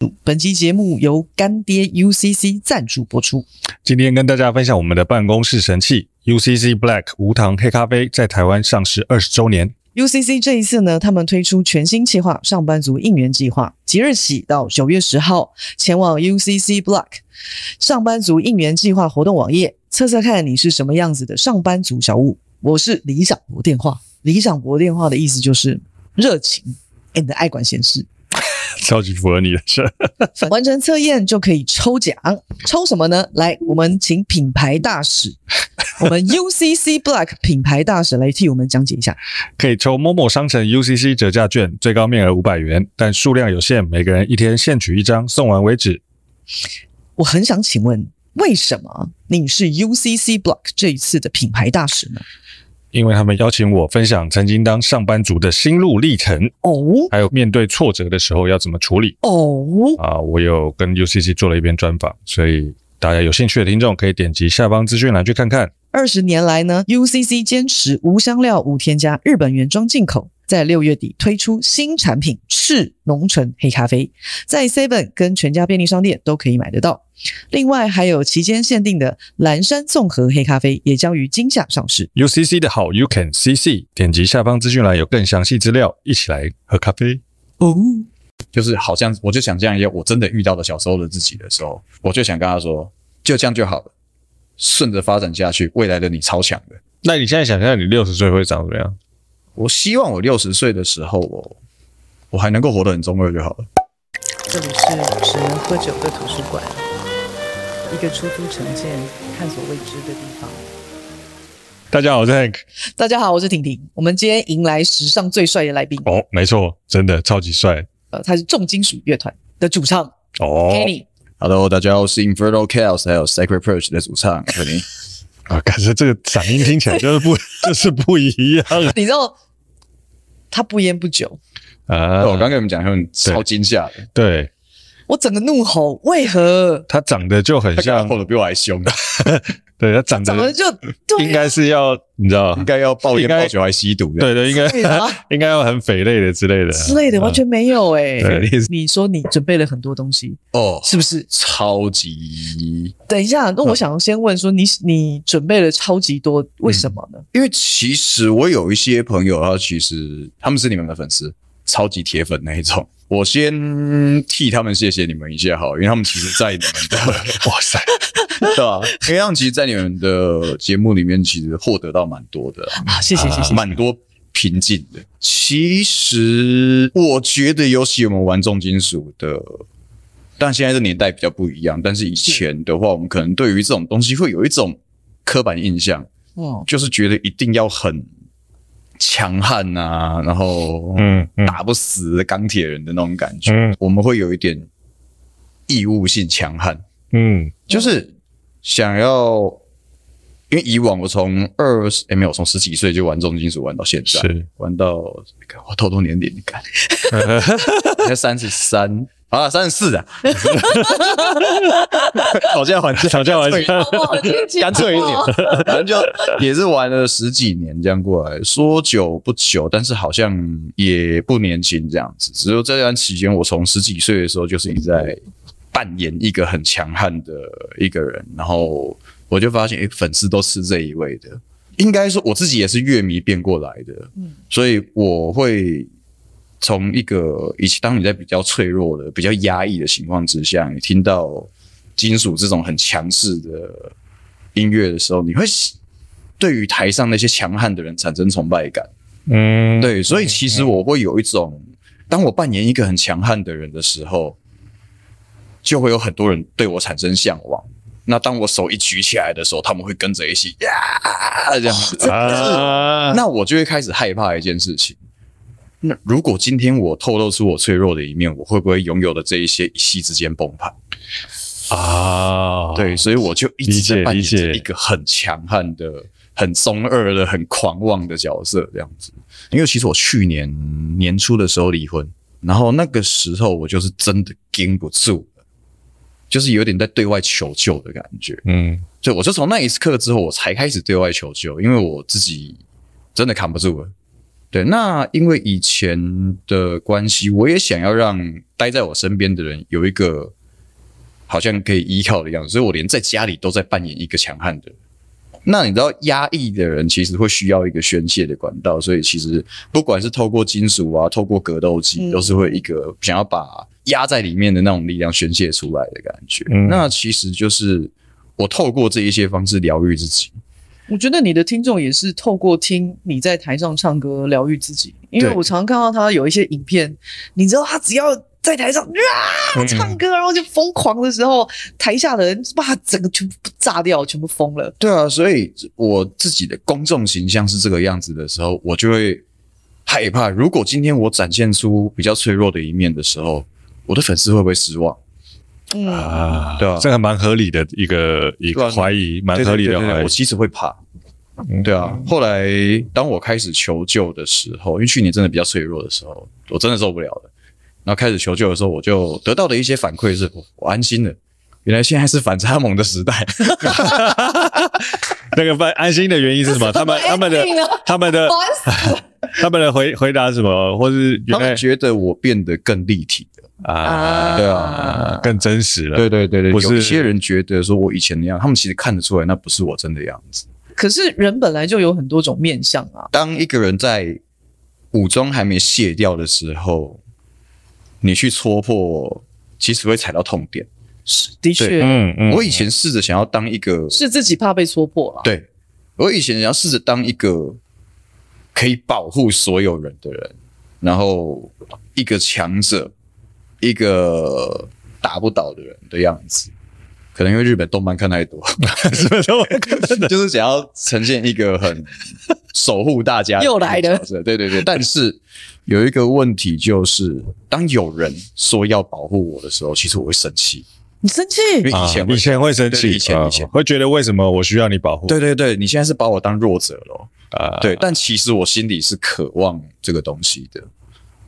助。本期节目由干爹 UCC 赞助播出。今天跟大家分享我们的办公室神器 UCC Black 无糖黑咖啡在台湾上市二十周年。 UCC 这一次呢，他们推出全新计划——上班族应援计划，即日起到九月十号，前往 UCC Block 上班族应援计划活动网页，测测看你是什么样子的上班族小物。我是李长博电话，李长博电话的意思就是热情 and 爱管闲事。超级符合你的事。完成测验就可以抽奖，抽什么呢？来，我们请品牌大使，我们 UCC Black 品牌大使来替我们讲解一下。可以抽某某商城 UCC 折价券，最高面额五百元，但数量有限，每个人一天限取一张，送完为止。我很想请问，为什么你是 UCC Block 这一次的品牌大使呢？因为他们邀请我分享曾经当上班族的心路历程，哦还有面对挫折的时候要怎么处理哦，啊、我有跟 UCC 做了一篇专访，所以大家有兴趣的听众可以点击下方资讯栏去看看。二十年来呢，UCC 坚持无香料、无添加、日本原装进口。在六月底推出新产品赤浓醇黑咖啡，在 Seven 跟全家便利商店都可以买得到。另外还有期间限定的蓝山综合黑咖啡，也将于今夏上市。 UCC 的好，You can CC，点击下方资讯栏有更详细资料，一起来喝咖啡。哦，就是好像我就想象一下，我真的遇到了小时候的自己的时候，我就想跟他说，就这样就好了，顺着发展下去，未来的你超强的。那你现在想象你六十岁会长怎么样？我希望我六十岁的时候，我我还能够活得很中二就好了。这里是只能喝酒的图书馆，一个出租城建探索未知的地方。大家好，我是 Hank。大家好，我是婷婷。我们今天迎来史上最帅的来宾，哦，没错，真的超级帅呃，他是重金属乐团的主唱哦。 Kenny。 Hello，大家好，我是 Infernal Chaos 还有 Sacred Purge 的主唱肯 尼。啊，感觉这个嗓音听起来就是不，就是不一样 你知道他不烟不酒，啊对哦我刚跟你们讲，他们对超惊吓的，对我整个怒吼，为何？他长得就很他刚像刚，吼的比我还凶，对他长怎么得就对嗯应该是要你知道应，该要暴应烟该暴酒还吸毒的。对对，应对该 啊应该要很匪类的之类的之类的，完全没有哎、嗯对你说你准备了很多东西，哦，是不是？超级等一下，嗯那我想先问说你，你准备了超级多，为嗯什么呢？因为其实我有一些朋友，他其实他们是你们的粉丝，超级铁粉那一种。 我先替他们谢谢你们一下好了，因为他们其实，在你们 的哇塞， 对吧、因为他们其实，在你们的节目里面，其实获得到蛮多的，啊，谢谢谢谢，蛮多平静的。其实我觉得，尤其我们玩重金属的，但现在这年代比较不一样。但是以是前的话，我们可能对于这种东西会有一种刻板印象，哦，就是觉得一定要很强悍啊，然后嗯嗯打不死的钢铁人的那种感觉。嗯我们会有一点义务性强悍，嗯就是想要，因为以往我从二十，哎，没有，从十几岁就玩重金属玩到现在，是玩到干我偷偷年龄，你 看，现在三十三。啊，三 十四啊！ 吵架还吵架完对 干脆一点，反正就也是玩了十几年这样过来，说久不久，但是好像也不年轻这样子。只有这段期间，我从十几岁的时候就是一直在扮演一个很强悍的一个人，然后我就发现，诶、粉丝都吃这一位的。应该说，我自己也是乐迷变过来的，嗯所以我会从一个以前当你在比较脆弱的、比较压抑的情况之下，你听到金属这种很强势的音乐的时候，你会喜对于台上那些强悍的人产生崇拜感。嗯，对，所以其实我会有一种，当我扮演一个很强悍的人的时候，就会有很多人对我产生向往。那当我手一举起来的时候，他们会跟着一起呀，这样子。啊，那我就会开始害怕一件事情。那如果今天我透露出我脆弱的一面，我会不会拥有的这一些一夕之间崩盘？啊，对，所以我就一直理解在扮演理着解一个很强悍的、很中二的、很狂妄的角色这样子。因为其实我去年年初的时候离婚，然后那个时候我就是真的经不住了，就是有点在对外求救的感觉。嗯所以我就从那一刻之后，我才开始对外求救，因为我自己真的扛不住了。对，那因为以前的关系，我也想要让待在我身边的人有一个好像可以依靠的样子，所以我连在家里都在扮演一个强悍的人。那你知道，压抑的人其实会需要一个宣泄的管道，所以其实不管是透过金属啊，透过格斗技，嗯都是会一个想要把压在里面的那种力量宣泄出来的感觉。嗯那其实就是我透过这一些方式疗愈自己。我觉得你的听众也是透过听你在台上唱歌疗愈自己，因为对我常看到他有一些影片，你知道他只要在台上啊嗯唱歌，然后就疯狂的时候，台下的人哇整个全部炸掉，全部疯了。对啊，所以我自己的公众形象是这个样子的时候，我就会害怕。如果今天我展现出比较脆弱的一面的时候，我的粉丝会不会失望？嗯，啊，对啊这还蛮合理的一个一对个啊怀疑，蛮对合对理对的对怀对疑我。其实会怕。嗯对啊，后来当我开始求救的时候，因为去年真的比较脆弱的时候，我真的受不了了。然后开始求救的时候，我就得到的一些反馈是，我我安心了。原来现在是反差萌的 时代，那个不安心的原因是什么？他们他们的 ending 啊他们的烦死他们的回回答是什么，或是他原来们觉得我变得更立体了。啊，对啊更真实了。对对对对，不是有一些人觉得说我以前那样，他们其实看得出来那不是我真的样子。可是人本来就有很多种面相啊，当一个人在武装还没卸掉的时候，你去戳破，其实会踩到痛点。的确嗯嗯，我以前试着想要当一个，是自己怕被戳破啊了。对我以前想要试着当一个可以保护所有人的人，然后一个强者，一个打不倒的人的样子。可能因为日本动漫看 太多，什么都就是想要呈现一个很守护大家的又来了角色，对对对。但是有一个问题就是，当有人说要保护我的时候，其实我会生气，你生气因为以 前啊会、以前会生气，对以前啊以前会觉得为什么我需要你保护？对对对，你现在是把我当弱者了，啊，对。但其实我心里是渴望这个东西的，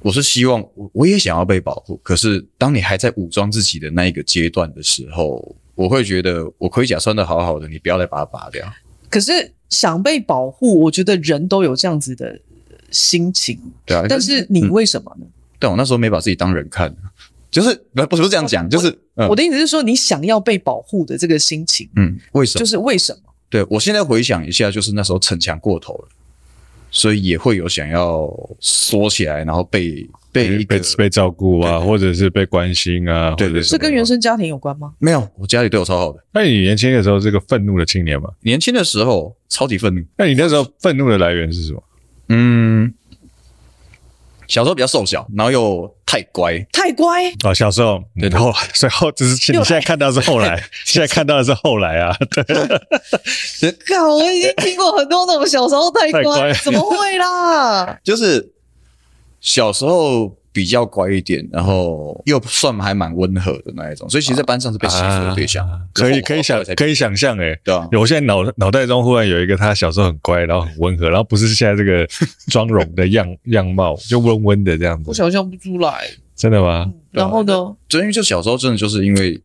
我是希望我我也想要被保护。可是当你还在武装自己的那一个阶段的时候，我会觉得我盔甲穿的好好的，你不要再把它拔掉。可是想被保护，我觉得人都有这样子的呃心情。对啊，但是你为什么呢？但我那时候没把自己当人看，就是不不是这样讲，就是嗯我的意思是说，你想要被保护的这个心情，嗯，为什么？就是为什么？对我现在回想一下，就是那时候逞强过头了，所以也会有想要缩起来，然后被被一被个被被照顾啊，对对或者是被关心啊，对或者对对是这跟原生家庭有关吗？没有，我家里对我超好的。那你年轻的时候是个愤怒的青年嘛？年轻的时候超级愤怒，那你那时候愤怒的来源是什么？嗯，小时候比较瘦小，然后又太乖，太乖，啊，小时候，对然后来， 所以后就是现又你来现在看到的是后来， 现在看到的是后来啊，对，看我已经听过很多那种小时候太太乖乖，怎么会啦？就是小时候比较乖一点，然后又算还蛮温和的那一种，所以其实在班上是被欺负的对象。啊哦可以然后可以后想来才可以想象诶、对啊，我现在脑脑袋中忽然有一个他小时候很乖，然后很温和，然后不是现在这 个妆容的样样貌，就温温的这样我子，想象不出来。真的吗？然后呢？就因为就小时候真的就是因为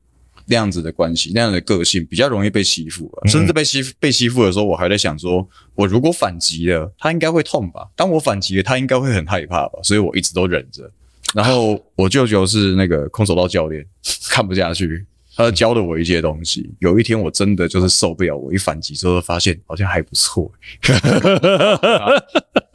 那样子的关系，那样的个性比较容易被欺负、啊，嗯甚至被欺负被欺负的时候，我还在想说，我如果反击了，他应该会痛吧？当我反击了，他应该会很害怕吧？所以我一直都忍着。然后我舅舅是那个空手道教练，看不下去，他教了我一些东西。有一天我真的就是受不了，我一反击之后发现好像还不错、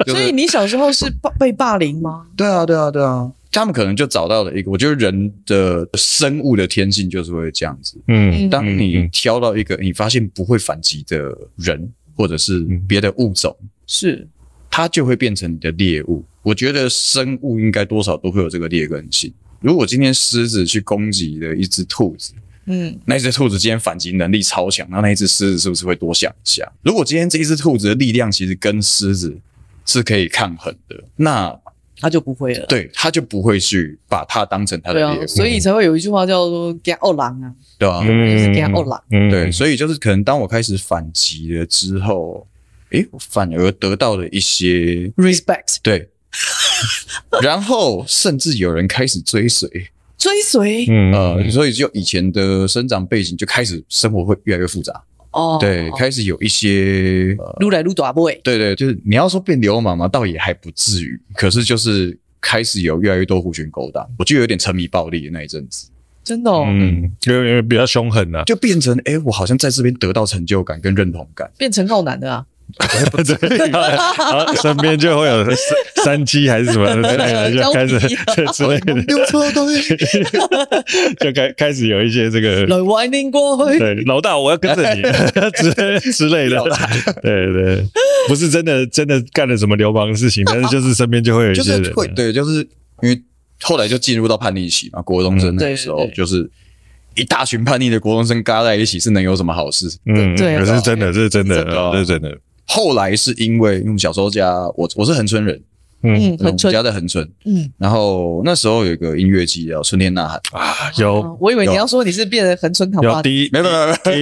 就是所以你小时候是霸被霸凌吗？对啊，对啊，对啊，他们可能就找到了一个，我觉得人的生物的天性就是会这样子，嗯，当嗯你嗯挑到一个你发现不会反击的人，或者是嗯别的物种，是，它就会变成你的猎物。我觉得生物应该多少都会有这个劣根性。如果今天狮子去攻击了一只兔子，嗯，那只兔子今天反击能力超强，那那一只狮子是不是会多想一下？如果今天这一只兔子的力量其实跟狮子是可以抗衡的，那他就不会了。对它就不会去把它当成它的对啊嗯猎，物，所以才会有一句话叫做“给傲狼”啊，对吧、就是嗯给傲狼。嗯对，所以就是可能当我开始反击了之后，诶，我反而得到了一些 respect 对，然后甚至有人开始追随，追随嗯呃，所以就以前的生长背景就开始生活会越来越复杂，哦，对，开始有一些，呃撸来撸短不对对，就是你要说变流氓嘛，倒也还不至于，可是就是开始有越来越多狐群狗党，我就有点沉迷暴力的那一阵子，真的、哦嗯，因为因为比较凶狠啊呐，就变成哎、诶我好像在这边得到成就感跟认同感，变成浩南的 啊，对，然后身边就会有三三七还是什么之类的，就 开始啊之类 的，丢错东西，就开开始有一些这个来玩你过 去，对，老大，我要跟着你 之之类的老大，对对，不是真的真的干了什么流氓的事情，但是就是身边就会有一就些人是会对，就是因为后来就进入到叛逆期嘛，国中生嗯那对个时候对对就是一大群叛逆的国中生嘎在一起，是能有什么好事？嗯，对可是真的，这是真的，真的哦这是真的，后来是因为因为我们小时候家，我我是恒春人，嗯，嗯我很们纯，家在恒春，嗯然后那时候有一个音乐季叫《春天呐喊》，啊，有啊我以为你有要说你是变得很纯糖有吧？第一没有没有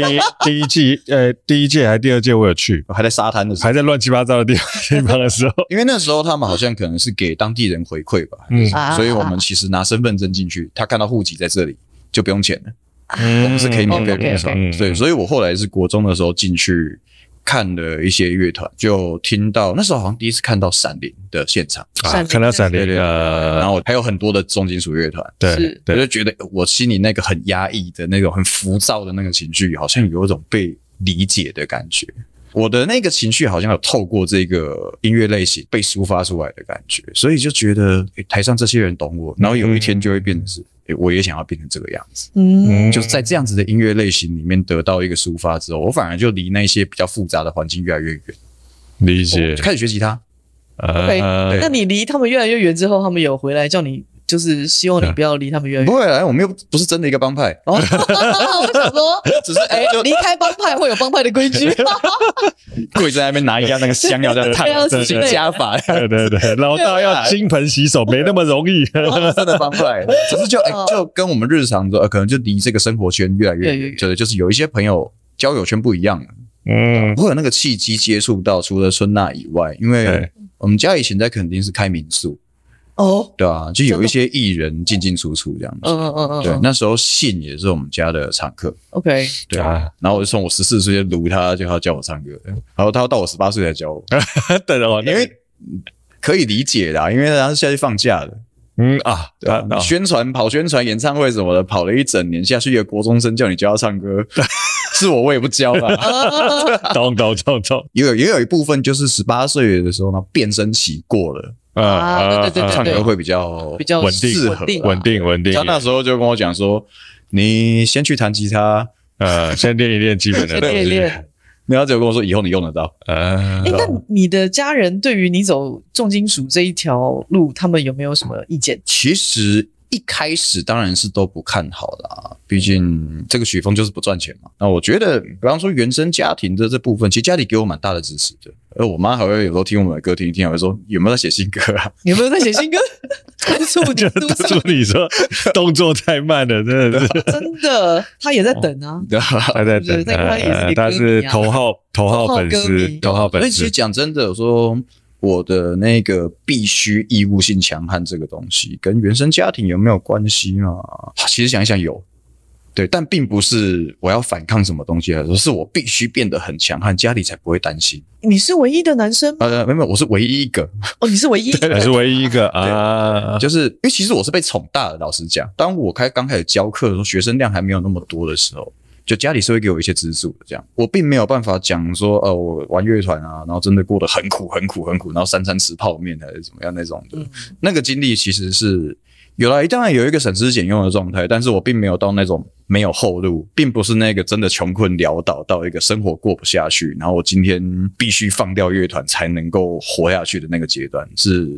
没有 第一第一季呃第一届还是第二届我有去，我还在沙滩的时候，还在乱七八糟的地方地方的时 候，因为那时候他们好像可能是给当地人回馈吧，嗯啊所以我们其实拿身份证进去，他看到户籍在这里就不用钱了，我嗯们是可以免费入场 OK，OK，OK。嗯对，所以我后来是国中的时候进去看了一些乐团，就听到那时候好像第一次看到闪灵的现场，啊闪灵看到闪对灵对然呃，后还有很多的重金属乐团，对是我对就觉得我心里那个很压抑的那种很浮躁的那个情绪，好像有一种被理解的感觉。我的那个情绪好像有透过这个音乐类型被抒发出来的感觉，所以就觉得、诶台上这些人懂我，然后有一天就会变成是，诶我也想要变成这个样子。嗯，嗯就是在这样子的音乐类型里面得到一个抒发之后，我反而就离那些比较复杂的环境越来越远，理我解就，开始学吉他。 OK，呃那你离他们越来越远之后，他们有回来叫你，就是希望你不要离他们越来越不远。会啊啦，我们又不是真的一个帮派， 哦，我想说，只是哎哎、，就离开帮派会有帮派的规矩，跪在那边拿一下那个香料在烫对啊，自己之类的加法。对对对，老大 要金盆洗手，没那么容易。真的帮派，只是就、哎哦就跟我们日常的、呃、可能就离这个生活圈越来越来越越远远，对，就是有一些朋友交友圈不一样了， 嗯，不会有那个契机接触到除了春娜以外，因为对我们家以前在垦丁是开民宿，哦，对啊，就有一些艺人进进出出这样嗯子。嗯嗯嗯，对，那时候信也是我们家的常客， OK，对啊啊。然后我就从我十四岁就撸他，就他教我唱歌，然后他到我十八岁才教我，等哦， 因为可以理解啦，因为他是下去放假的，嗯啊，对啊，啊你宣传跑宣传演唱会什么的，跑了一整年下去，一个国中生叫你教他唱歌， 是我我也不教啦。 啊懂懂懂懂也有也有一部分就是十八岁的时候呢，变声期过了，啊啊对对对唱歌会比较比较稳定适合定稳定啊稳定稳定他。那时候就跟我讲说，你先去弹吉他，呃，先练一练基本的先东练一西。练。然后就跟我说以后你用得到。呃 哎，，那你的家人对于你走重金属这一条路，他们有没有什么意见？其实一开始当然是都不看好啦，毕竟这个曲风就是不赚钱嘛。那我觉得，比方说原生家庭的这部分，其实家里给我蛮大的支持的。而我妈还会有时候听我们的歌听一听，还会说有没有在写新歌啊？有没有在写新歌 督促你就路督上？促你说动作太慢了，真 的是 真的，他也在等哦啊。对啊还在对等。在关也是呃你他歌是迷啊头号头号头号粉歌丝迷，头号粉所以其丝实。讲真的，我说我的那个必须义务性强悍这个东西，跟原生家庭有没有关系嘛？其实想一想有。对，但并不是我要反抗什么东西来说，是我必须变得很强悍，家里才不会担心。你是唯一的男生 吗？呃，没有，没有，我是唯一一个，哦，你是唯一。还是唯一一个啊，就是因为其实我是被宠大的。老实讲，当我开刚开始教课的时候，学生量还没有那么多的时候，就家里是会给我一些资助的。这样，我并没有办法讲说，呃，我玩乐团啊，然后真的过得很苦、很苦、很苦，然后三餐吃泡面还是怎么样那种的。嗯那个经历其实是有来，当然有一个省吃俭用的状态，但是我并没有到那种没有后路，并不是那个真的穷困潦倒到一个生活过不下去，然后我今天必须放掉乐团才能够活下去的那个阶段是。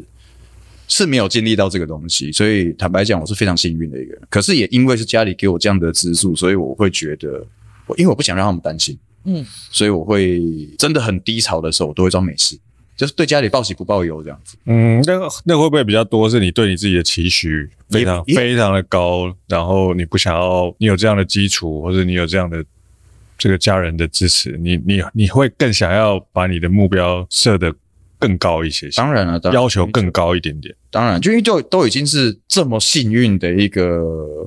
是没有经历到这个东西，所以坦白讲，我是非常幸运的一个人。可是也因为是家里给我这样的资助，所以我会觉得，我因为我不想让他们担心，嗯，所以我会真的很低潮的时候，我都会装没事，就是对家里报喜不报忧这样子。嗯，那个那会不会比较多是你对你自己的期许非常也也非常的高，然后你不想要你有这样的基础，或者你有这样的这个家人的支持，你你你会更想要把你的目标设得更高一些些，当然了，当然要求更高一点点。当然，就因为就都已经是这么幸运的一个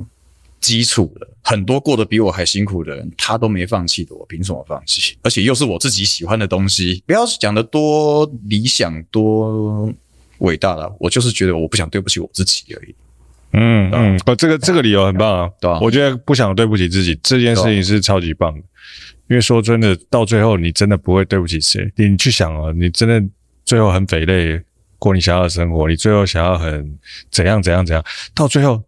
基础了，很多过得比我还辛苦的人，他都没放弃的，我凭什么放弃？而且又是我自己喜欢的东西， 不要讲的多理想多伟大了，我就是觉得我不想对不起我自己而已。嗯嗯，不，这个这个理由很棒啊，对啊我觉得不想对不起自己这件事情是超级棒的，因为说真的，到最后你真的不会对不起谁。你你去想哦，你真的最后很匪类过你想要的生活，你最后想要很怎样怎样怎样，到最后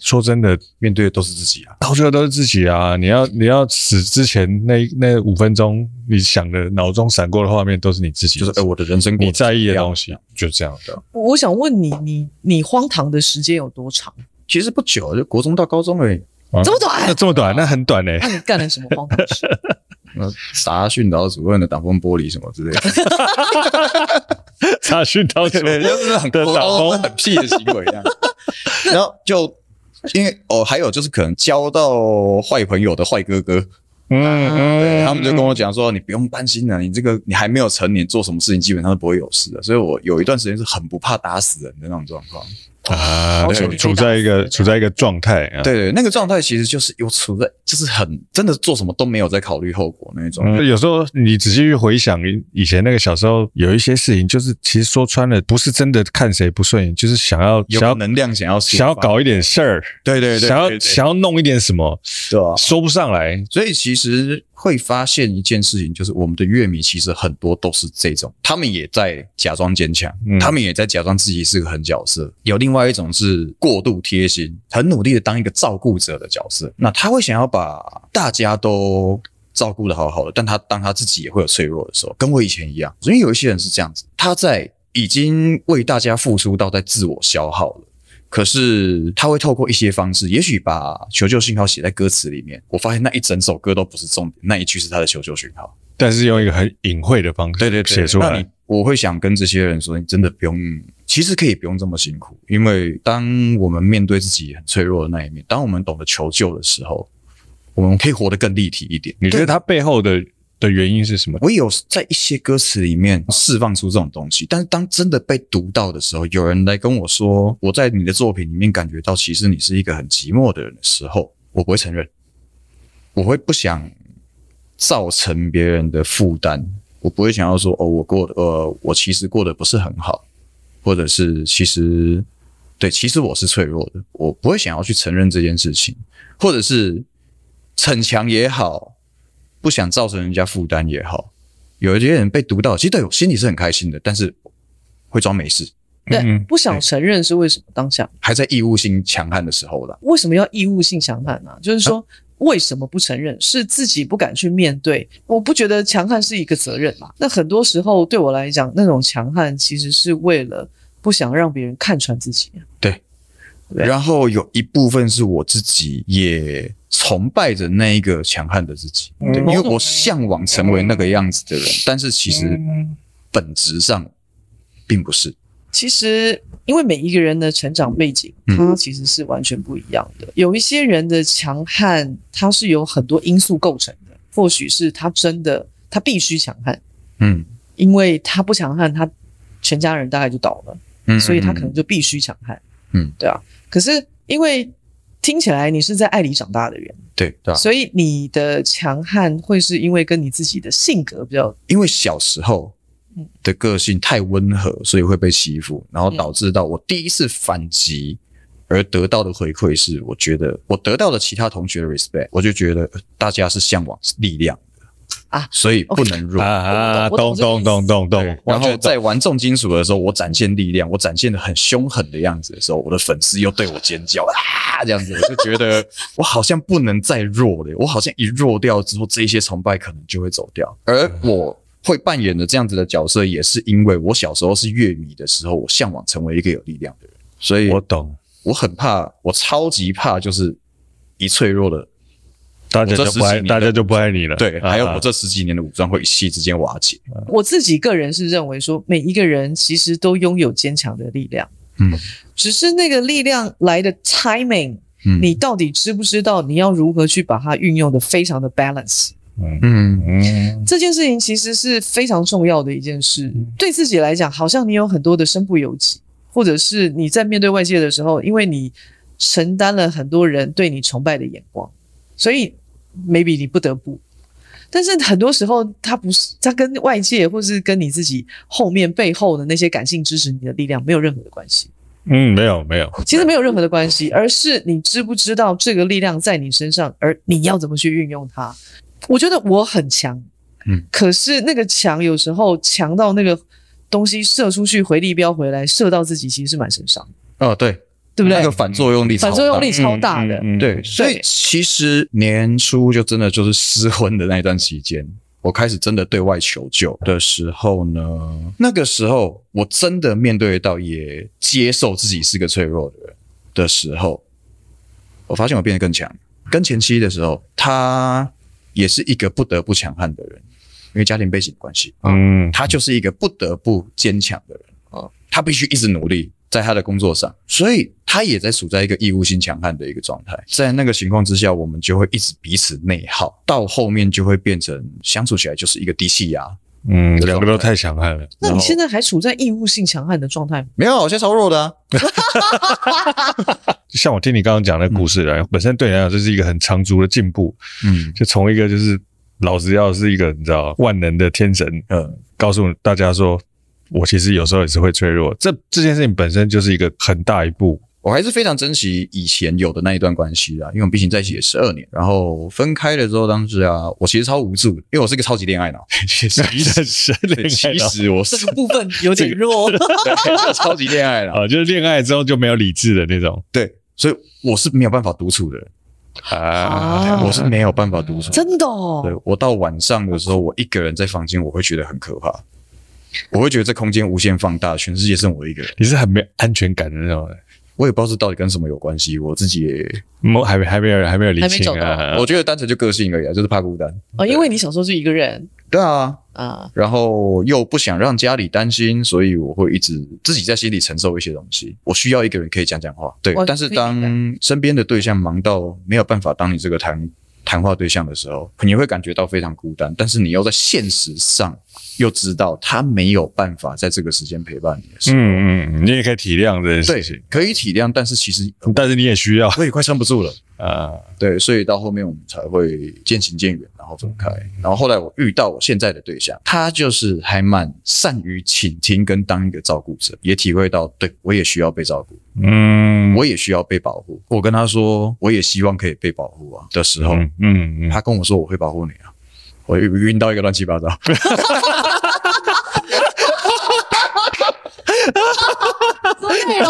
说真的，面对的都是自己啊，到最后都是自己啊！你要你要死之前那那五分钟，你想的脑中闪过的画面都是你自己，就是哎、我的人生过你得怎在么意的样东西，就这样的。我想问你，你你荒唐的时间有多长？嗯其实不久，就国中到高中而已。这么短那这么短，那很短欸嘞、那你干了什么荒唐 事？呃啥训导主任的挡风玻璃什么之类的，查询到主对，任就是很哦的挡高风很屁的行为啊。 然后就因为哦，还有就是可能交到坏朋友的坏哥哥，嗯嗯，对他们就跟我讲说，你不用担心了，你这个你还没有成年，做什么事情基本上都不会有事的。所以我有一段时间是很不怕打死人的那种状况。啊，好久对没处打在一字了个处在一个状态啊，对对，那个状态其实就是有处在，就是很真的做什么都没有在考虑后果那一种。嗯。有时候你仔细去回想以前那个小时候，有一些事情，就是其实说穿了，不是真的看谁不顺眼，就是想要有想要能量想要抒发想要搞一点事儿，对对对，想对要对想要弄一点什么，对啊。说不上来，所以其实会发现一件事情，就是我们的乐迷其实很多都是这种，他们也在假装坚强，嗯他们也在假装自己是个狠角色。有另外一种是过度贴心，很努力的当一个照顾者的角色，那他会想要把大家都。照顾的好好的，但他当他自己也会有脆弱的时候，跟我以前一样。因为有一些人是这样子，他在已经为大家付出到在自我消耗了，可是他会透过一些方式，也许把求救讯号写在歌词里面。我发现那一整首歌都不是重点，那一句是他的求救讯号。但是用一个很隐晦的方式写出那来你。我会想跟这些人说，你真的不用，其实可以不用这么辛苦，因为当我们面对自己很脆弱的那一面，当我们懂得求救的时候，我们可以活得更立体一点。你觉得它背后的的原因是什么？我也有在一些歌词里面释放出这种东西，但是当真的被读到的时候，有人来跟我说我在你的作品里面感觉到，其实你是一个很寂寞的人的时候，我不会承认，我会不想造成别人的负担，我不会想要说哦，我过得呃，我其实过得不是很好，或者是其实对，其实我是脆弱的，我不会想要去承认这件事情，或者是逞强也好，不想造成人家负担也好，有一些人被读到，其实对我心里是很开心的，但是会装没事，对嗯，不想承认是为什么？当下还在义务性强悍的时候啦。为什么要义务性强悍呢、啊嗯就是说，为什么不承认？是自己不敢去面对。我不觉得强悍是一个责任嘛。那很多时候对我来讲，那种强悍其实是为了不想让别人看穿自己。对然后有一部分是我自己也崇拜着那一个强悍的自己，嗯对，因为我向往成为那个样子的人，但是其实嗯本质上并不是。其实，因为每一个人的成长背景，嗯它其实是完全不一样的。有一些人的强悍，它是由很多因素构成的，或许是他真的他必须强悍，嗯，因为他不强悍，他全家人大概就倒了。嗯所以他可能就必须强悍。嗯，对啊。可是因为听起来你是在爱里长大的人，对对啊，所以你的强悍会是因为跟你自己的性格比较因为小时候的个性太温和，所以会被欺负，然后导致到我第一次反击而得到的回馈是，我觉得我得到了其他同学的 respect，我就觉得呃大家是向往力量的啊所以不能弱。啊啊，我懂懂我懂懂懂懂对懂，然完后全懂。在玩重金属的时候，我展现力量，我展现的很凶狠的样子的时候，我的粉丝又对我尖叫啊，这样子，我就觉 得我好像不能再弱了，我好像一弱掉之后，这一些崇拜可能就会走掉。而我会扮演的这样子的角色，也是因为我小时候是乐迷的时候，我向往成为一个有力量的人，所以我我懂，我很怕，我超级怕就是一脆弱的，大家我这就十不几爱，年大的家就不爱你了。对，还有啊我这十几年的武装会一夕之间瓦解。我自己个人是认为说，每一个人其实都拥有坚强的力量，嗯只是那个力量来的 timing，嗯你到底知不知道你要如何去把它运用的非常的 balance？嗯嗯嗯，这件事情其实是非常重要的一件事，对自己来讲，好像你有很多的身不由己，或者是你在面对外界的时候，因为你承担了很多人对你崇拜的眼光，所以 maybe 你不得不。但是很多时候，它不是它跟外界或是跟你自己后面背后的那些感性支持你的力量没有任何的关系，嗯，没有没有，其实没有任何的关系，而是你知不知道这个力量在你身上，而你要怎么去运用它。我觉得我很强，嗯，可是那个强有时候强到那个东西射出去回力镖回来射到自己，其实是蛮身上，哦，对，对不对？那个反作用力，反作用力。超大的，嗯嗯嗯对，所以其实年初就真的就是失婚的那一段期间， 我开始真的对外求救的时候呢，那个时候我真的面对到也接受自己是个脆弱的人的时候，我发现我变得更强。跟前妻的时候，她也是一个不得不强悍的人，因为家庭背景的关系，嗯，他就是一个不得不坚强的人啊，他必须一直努力在他的工作上，所以他也在处在一个义务性强悍的一个状态。在那个情况之下，我们就会一直彼此内耗，到后面就会变成相处起来就是一个低气压。嗯，两个都太强悍了。那然你后现在还处在义务性强悍的状态吗？没有啊，我现在超弱的啊，就像我听你刚刚讲的故事来，本身对你来讲这是一个很长足的进步，嗯就从一个就是老子要是一个你知道万能的天神，嗯，告诉大家说，我其实有时候也是会脆弱。这这件事情本身就是一个很大一 步，我还是非常珍惜以前有的那一段关系的啊，因为我们毕竟在一起也十二年，然后分开了之后，当时啊，我其实超无助的，因为我是个超级恋爱 脑，其实对其实我是 这个部分有点弱，对超级恋爱脑， 啊，就是恋爱之后就没有理智的那种。对，所以我是没有办法独处的人 啊我是没有办法独处。真的哦。对我到晚上的时候，我一个人在房间，我会觉得很可怕，我会觉得这空间无限放大，全世界剩我一个人。你是很没安全感的那种人，我也不知道这到底跟什么有关系，我自己也，没还没还没有还没有理清还没找啊。我觉得单纯就个性而已、啊，就是怕孤单。哦，因为你小时候是一个人对啊， 啊，然后又不想让家里担心，所以我会一直自己在心里承受一些东西。我需要一个人可以讲讲话，对我。但是可以理解当身边的对象忙到没有办法当你这个谈谈话对象的时候，你会感觉到非常孤单。但是你又在现实上又知道他没有办法在这个时间陪伴你的时候，嗯嗯，嗯你也可以体谅这件事对情，，可以体谅。但是其实但是你也需要我也快撑不住了。啊。对，所以到后面我们才会渐行渐远，然后分开。然后后来我遇到我现在的对象，他就是还蛮善于倾听跟当一个照顾者，也体会到对我也需要被照顾，嗯，我也需要被保护。我跟他说，我也希望可以被保护啊的时候，嗯 嗯嗯，他跟我说我会保护你啊，我晕晕到一个乱七八糟。 内容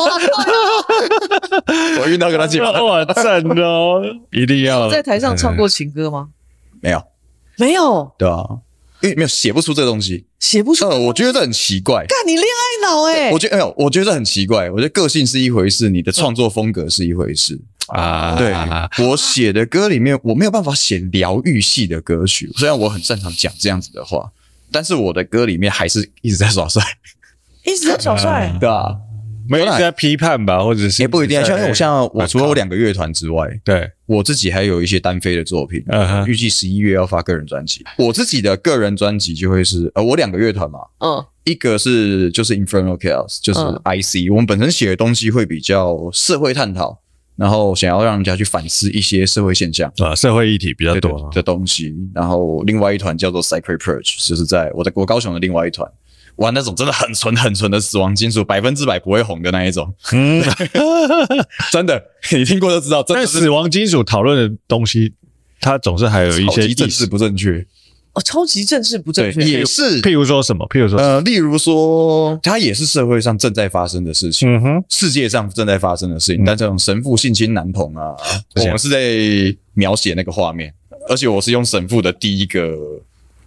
我晕到一个乱七八 糟，哇赞哦，一定要在台上唱过情歌吗？没有，没有，对啊，因为没有写不出这东西。写不出。呃，我觉得这很奇怪。干你恋爱脑哎我！觉得没有，我觉得这很奇怪。我觉得个性是一回事，你的创作风格是一回事。啊， 对、我写的歌里面，我没有办法写疗愈系的歌曲，虽然我很擅长讲这样子的话，但是我的歌里面还是一直在耍帅， 一直在小帅嗯对吧、没有啦一直在批判吧，或者是哎也不一定啊，像因为我像我除了靠我两个乐团之外，对，我自己还有一些单飞的作品，嗯哼，预计十一月要发个人专辑。我自己的个人专辑就会是呃，我两个乐团嘛，嗯，一个是就是 Infernal Chaos，就是嗯 IC，、我们本身写的东西会比较社会探讨，然后想要让人家去反思一些社会现象。啊，社会议题比较嗯对对多，的东西，然后另外一团叫做 Sacred Purge，就是在我在我高雄的另外一团玩那种真的很纯很纯的死亡金属，百分之百不会红的那一种， 嗯，真的， 你听过就知道，真但的是死亡金属讨论的东西，它总是还有一超些级政意治识，不正确，哦，超级正式不正对确也是譬如说什么，譬如说，呃，例如说，它也是社会上正在发生的事情。嗯哼，世界上正在发生的事情，嗯但这种神父性侵男童啊，这我样们是在描写那个画面，而且我是用神父的第一个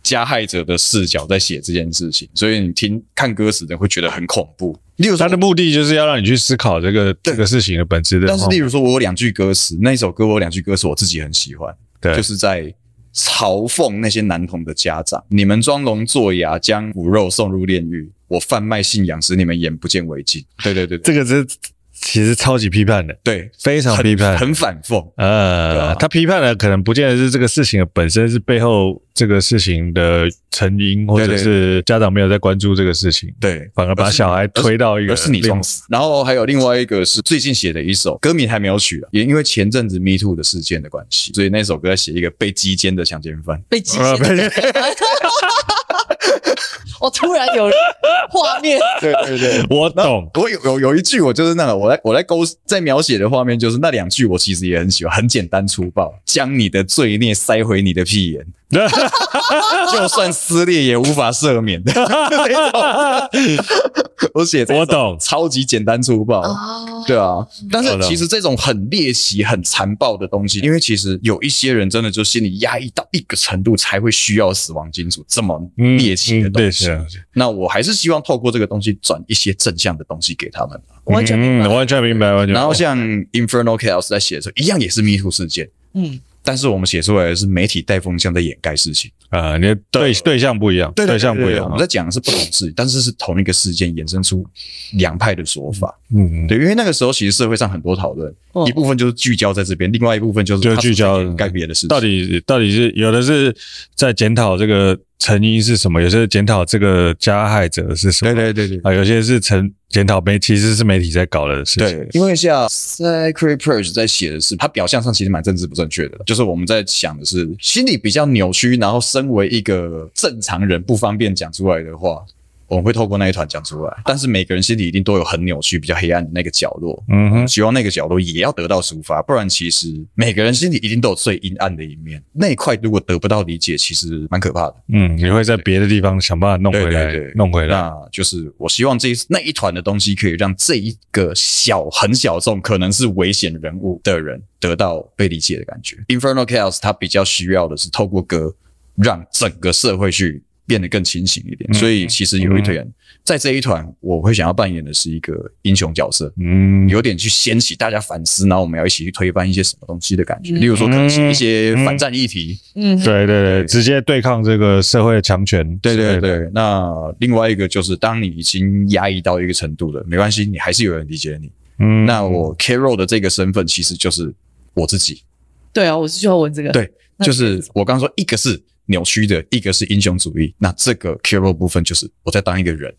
加害者的视角在写这件事情，所以你听看歌词的人会觉得很恐怖。例如说它的，目的就是要让你去思考这个这个事情的本质的，但是例如说，我有两句歌词，那一首歌我有两句歌词我自己很喜欢，对，就是在嘲讽那些男童的家长：你们装聋作哑，将骨肉送入炼狱。我贩卖信仰，使你们眼不见为净。对对对对这个是其实超级批判的，对，非常很批判，很反讽。呃，对啊他批判的可能不见得是这个事情的本身，是背后这个事情的成因，或者对对是家长没有在关注这个事情，对，反而把小孩推到一个而是你另撞死。然后还有另外一个是最近写的一首歌名还没有取啊，也因为前阵子 Me Too 的事件的关系，所以那首歌在写一个被击奸的强奸犯。被极呃限的。我哦突然有画面， 对对对。我 懂，我有有有一句，我就是那个，我在我在勾在描写的画面，就是那两句，我其实也很喜欢，很简单粗暴，将你的罪孽塞回你的屁眼，就算撕裂也无法赦免 的那种。我写这我种懂，超级简单粗暴， 哦，对啊，但好是的其实这种很猎奇、很残暴的东西，因为其实有一些人真的就心里压抑到一个程度，才会需要死亡金属这么嗯猎奇的嗯对东西。是啊那我还是希望透过这个东西转一些正向的东西给他们。完全明白嗯完全明白，完全。然后像 Infernal Chaos 在写的时候，一样也是 Me Too 事件，嗯，但是我们写出来的是媒体带风向在掩盖事情。啊，你的对对象不一样，对啊象不一我样们，在讲的是不同事情，但是是同一个事件衍生出两派的说法。嗯，对，因为那个时候其实社会上很多讨论，哦一部分就是聚焦在这边，另外一部分就是就他聚焦是在掩盖别的事情。到底到底是有的是在检讨这个成因是什么，有些是检讨这个加害者是什么，对对对对啊，有些是成检讨媒其实是媒体在搞的事情，对，因为像 Sacred Purge 在写的是，他表象上其实蛮政治不正确的，就是我们在想的是心理比较扭曲，然后身为一个正常人不方便讲出来的话。我们会透过那一团讲出来，但是每个人心里一定都有很扭曲、比较黑暗的那个角落，嗯哼，希望那个角落也要得到抒发，不然其实每个人心里一定都有最阴暗的一面，那一块如果得不到理解，其实蛮可怕的。嗯，你会在别的地方想办法弄回来对对对，弄回来，那就是我希望这一那一团的东西可以让这一个小很小众，可能是危险人物的人得到被理解的感觉。Infernal Chaos 它比较需要的是透过歌让整个社会去变得更清醒一点，嗯所以其实有一团、在这一团，我会想要扮演的是一个英雄角色。嗯，有点去掀起大家反思，然后我们要一起去推翻一些什么东西的感觉，嗯例如说，可能是一些反战议题，嗯，对对对，对直接对抗这个社会的强权，对对，对，那另外一个就是，当你已经压抑到一个程度了，没关系，你还是有人理解你。嗯，那我 Carol 的这个身份其实就是我自己，对啊，我是需要问这个，对，那就是我刚刚说，一个是扭曲的，一个是英雄主义。那这个 Carol 部分就是我在当一个人，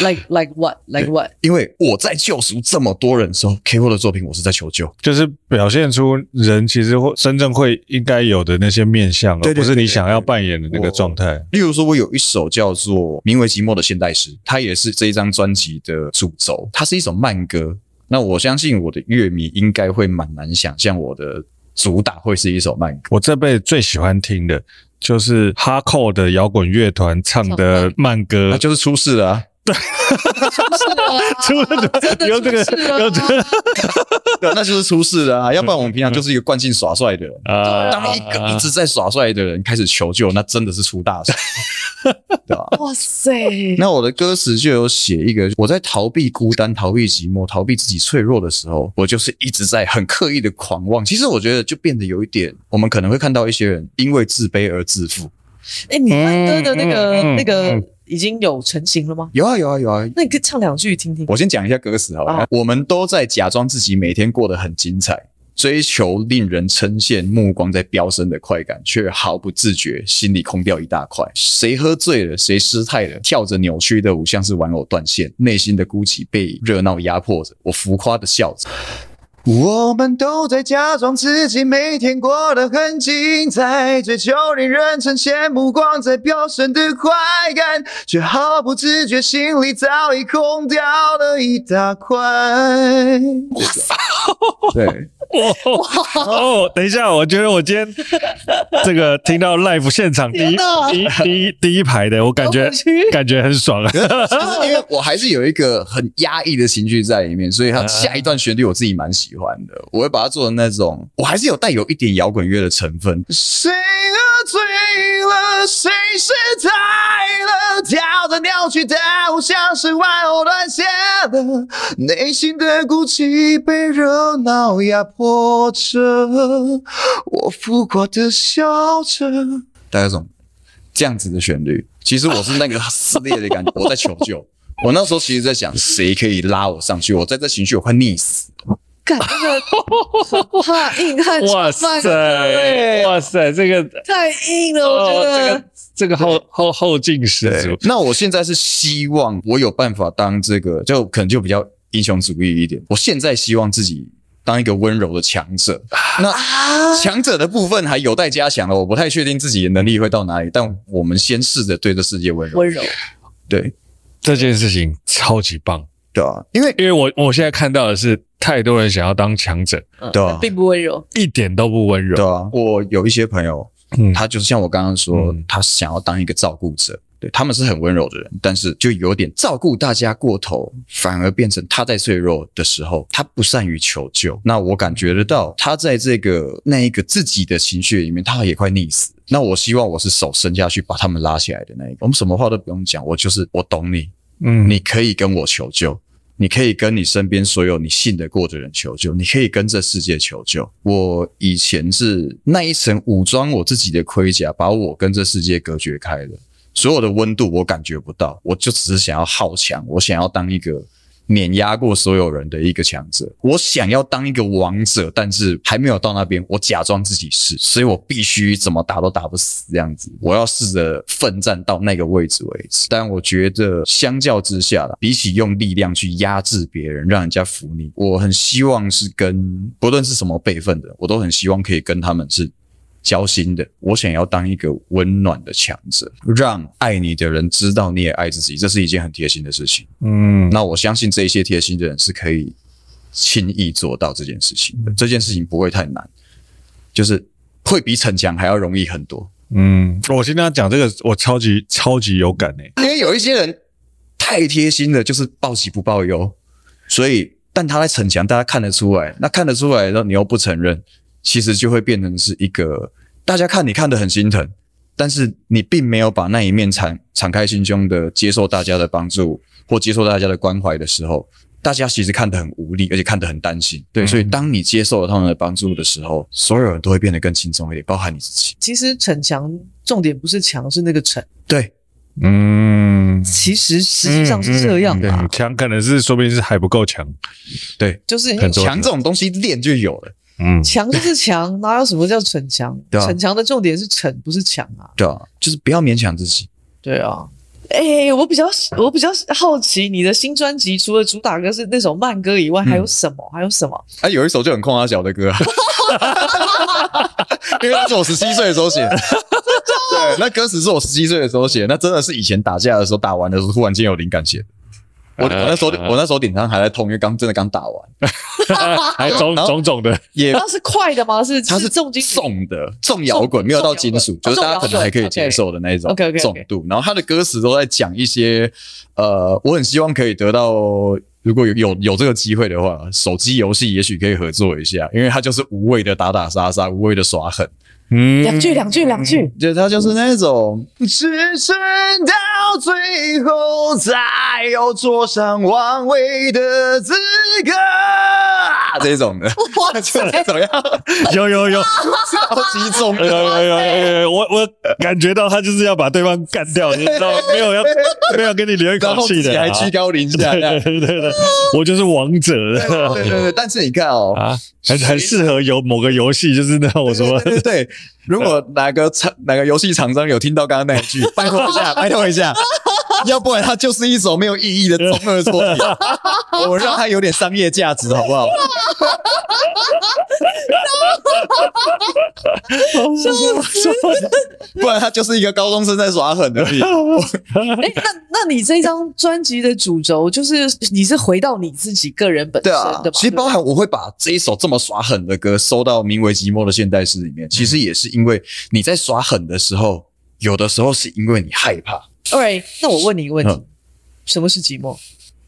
，like like what like what，因为我在救赎这么多人的时候，Carol 的作品我是在求救。就是表现出人其实会真正会应该有的那些面相，对而不对是对你对想要扮演的那个我状态。例如说，我有一首叫做《名为寂寞的现代诗》，它也是这一张专辑的主轴，它是一首慢歌。那我相信我的乐迷应该会蛮难想象我的主打会是一首慢歌。我这辈子最喜欢听的就是哈扣的摇滚乐团唱的慢歌 那， 就是出事了、啊，出了 有这个啊有这个对，那就是出事了、啊。要不然我们平常就是一个惯性耍帅的人。 啊当一个一直在耍帅的人开始求救，那真的是出大事，对吧、哇塞，那我的歌词就有写一个，我在逃避孤单、逃避寂寞、逃避自己脆弱的时候，我就是一直在很刻意的狂妄。其实我觉得就变得有一点，我们可能会看到一些人因为自卑而自负。哎，你慢歌的那个嗯嗯嗯那嗯个已经有成型了吗？有啊，有啊，有啊。那你可以唱两句听听。我先讲一下歌词好了，好我们都在假装自己每天过得很精彩。追求令人称羡、目光在飙升的快感，却毫不自觉，心里空掉一大块。谁喝醉了，谁失态了，跳着扭曲的舞，像是玩偶断线，内心的孤寂被热闹压迫着。我浮夸的笑着，我们都在假装自己每天过得很精彩，追求令人称羡目光在飙升的快感，却毫不自觉心里早已空掉了一大块。哇塞！对，哇哦！等一下，我觉得我今天这个听到 live 现场第一天哪第一第一第一排的，我感觉好委屈感觉很爽啊！就是因为我还是有一个很压抑的情绪在里面，所以它下一段旋律我自己蛮喜欢的，我会把它做成那种，我还是有带有一点摇滚乐的成分。谁喝醉了，谁失态了，跳着扭曲的舞像是玩偶断线了，内心的孤寂被热闹压迫着，我浮夸的笑着。大家懂？这样子的旋律，其实我是那个撕裂的感觉，我 在求救。我那时候其实在想，谁可以拉我上去？我在这情绪我快溺死了，干 这个怕硬汉哇炒饭塞，哇塞，这个哦太硬了，啊我觉这得个这个后后后劲十足对，。那我现在是希望我有办法当这个，就可能就比较英雄主义一点。我现在希望自己当一个温柔的强者。那啊，强者的部分还有待加强了，我不太确定自己的能力会到哪里，但我们先试着对这世界温柔。温柔对这件事情超级棒，对啊，因为因为我我现在看到的是太多人想要当强者，对啊，嗯并不温柔，一点都不温对柔。啊，我有一些朋友，嗯他就是像我刚刚说嗯，他想要当一个照顾者。对，他们是很温柔的人，但是就有点照顾大家过头，反而变成他在脆弱的时候，他不善于求救。那我感觉得到，他在这个那一个自己的情绪里面，他也快溺死。那我希望我是手伸下去把他们拉起来的那一个。我们什么话都不用讲，我就是我懂你，嗯，你可以跟我求救，你可以跟你身边所有你信得过的人求救，你可以跟这世界求救。我以前是那一层武装我自己的盔甲，把我跟这世界隔绝开了，所有的温度我感觉不到，我就只是想要好强，我想要当一个。碾压过所有人的一个强者，我想要当一个王者，但是还没有到那边，我假装自己是，所以我必须怎么打都打不死这样子。我要试着奋战到那个位置为止。但我觉得相较之下啦，比起用力量去压制别人，让人家服你，我很希望是跟不论是什么辈分的，我都很希望可以跟他们是。交心的，我想要当一个温暖的强者，让爱你的人知道你也爱自己，这是一件很贴心的事情。嗯，那我相信这一些贴心的人是可以轻易做到这件事情的，这件事情不会太难，就是会比逞强还要容易很多。嗯，我今天要讲这个，我超级超级有感诶、因为有一些人太贴心了，就是报喜不报忧，所以但他在逞强，大家看得出来，那看得出来，然后你又不承认，其实就会变成是一个大家看你看得很心疼，但是你并没有把那一面敞敞开心胸的接受大家的帮助或接受大家的关怀的时候，大家其实看得很无力，而且看得很担心。对，嗯所以当你接受了他们的帮助的时候，所有人都会变得更轻松一点，包含你自己。其实逞强重点不是强，是那个逞。对，嗯，其实实际上是这样嗯嗯吧，嗯强可能是说不定是还不够强。就是因为很多强这种东西练就有了，嗯，强就是强，哪有什么叫逞强？ 对啊逞强的重点是逞，不是强啊。对啊，就是不要勉强自己。对啊，哎、我比较我比较好奇，你的新专辑除了主打歌是那首慢歌以外，还有什么？还有什 么？啊，有一首就很空阿小的歌、啊，因为那是我十七岁的时候写的。对，那歌词是我十七岁的时候写的，那真的是以前打架的时候，打完的时候突然间有灵感写的。我我那时候我那时候顶上还在痛，因为刚真的刚打完，还种然后种种的，也它是快的吗？是它是重金属重的重摇滚，重没有到金属，重摇滚就是大家可能还可以接受的那一种 OK，OK，OK 重度。然后他的歌词都在讲一些，呃，我很希望可以得到，如果有有有这个机会的话，手机游戏也许可以合作一下，因为它就是无谓的打打杀杀，无谓的耍狠。嗯，两句，两句，两句。就他就是那种，只剩到最后才有坐上王位的资格，啊这种的，哇就塞！ 那种 要有有有，超级重哎呦的，哎呦哎呦哎呦！我我感觉到他就是要把对方干掉，你知道吗没有要没有跟你留一然口后自气己的啊，还居高临下。对对对对对，我就是王者对对对，但是你看哦，啊，很很适合有某个游戏，就是那种什么对对对，对如果哪个厂哪个游戏厂商有听到刚刚那一句，拜托一下，拜托一下，要不然它就是一首没有意义的中二作品。我让它有点商业价值，好不好？不然它就是一个高中生在耍狠而已。哎、那那你这张专辑的主轴就是你是回到你自己个人本身对的啊嘛？，其实包含我会把这一首这么耍狠的歌收到名为《寂寞的现代诗》里面，其实也是因为你在耍狠的时候，有的时候是因为你害怕。 a l right，那我问你一个问题：嗯什么是寂寞？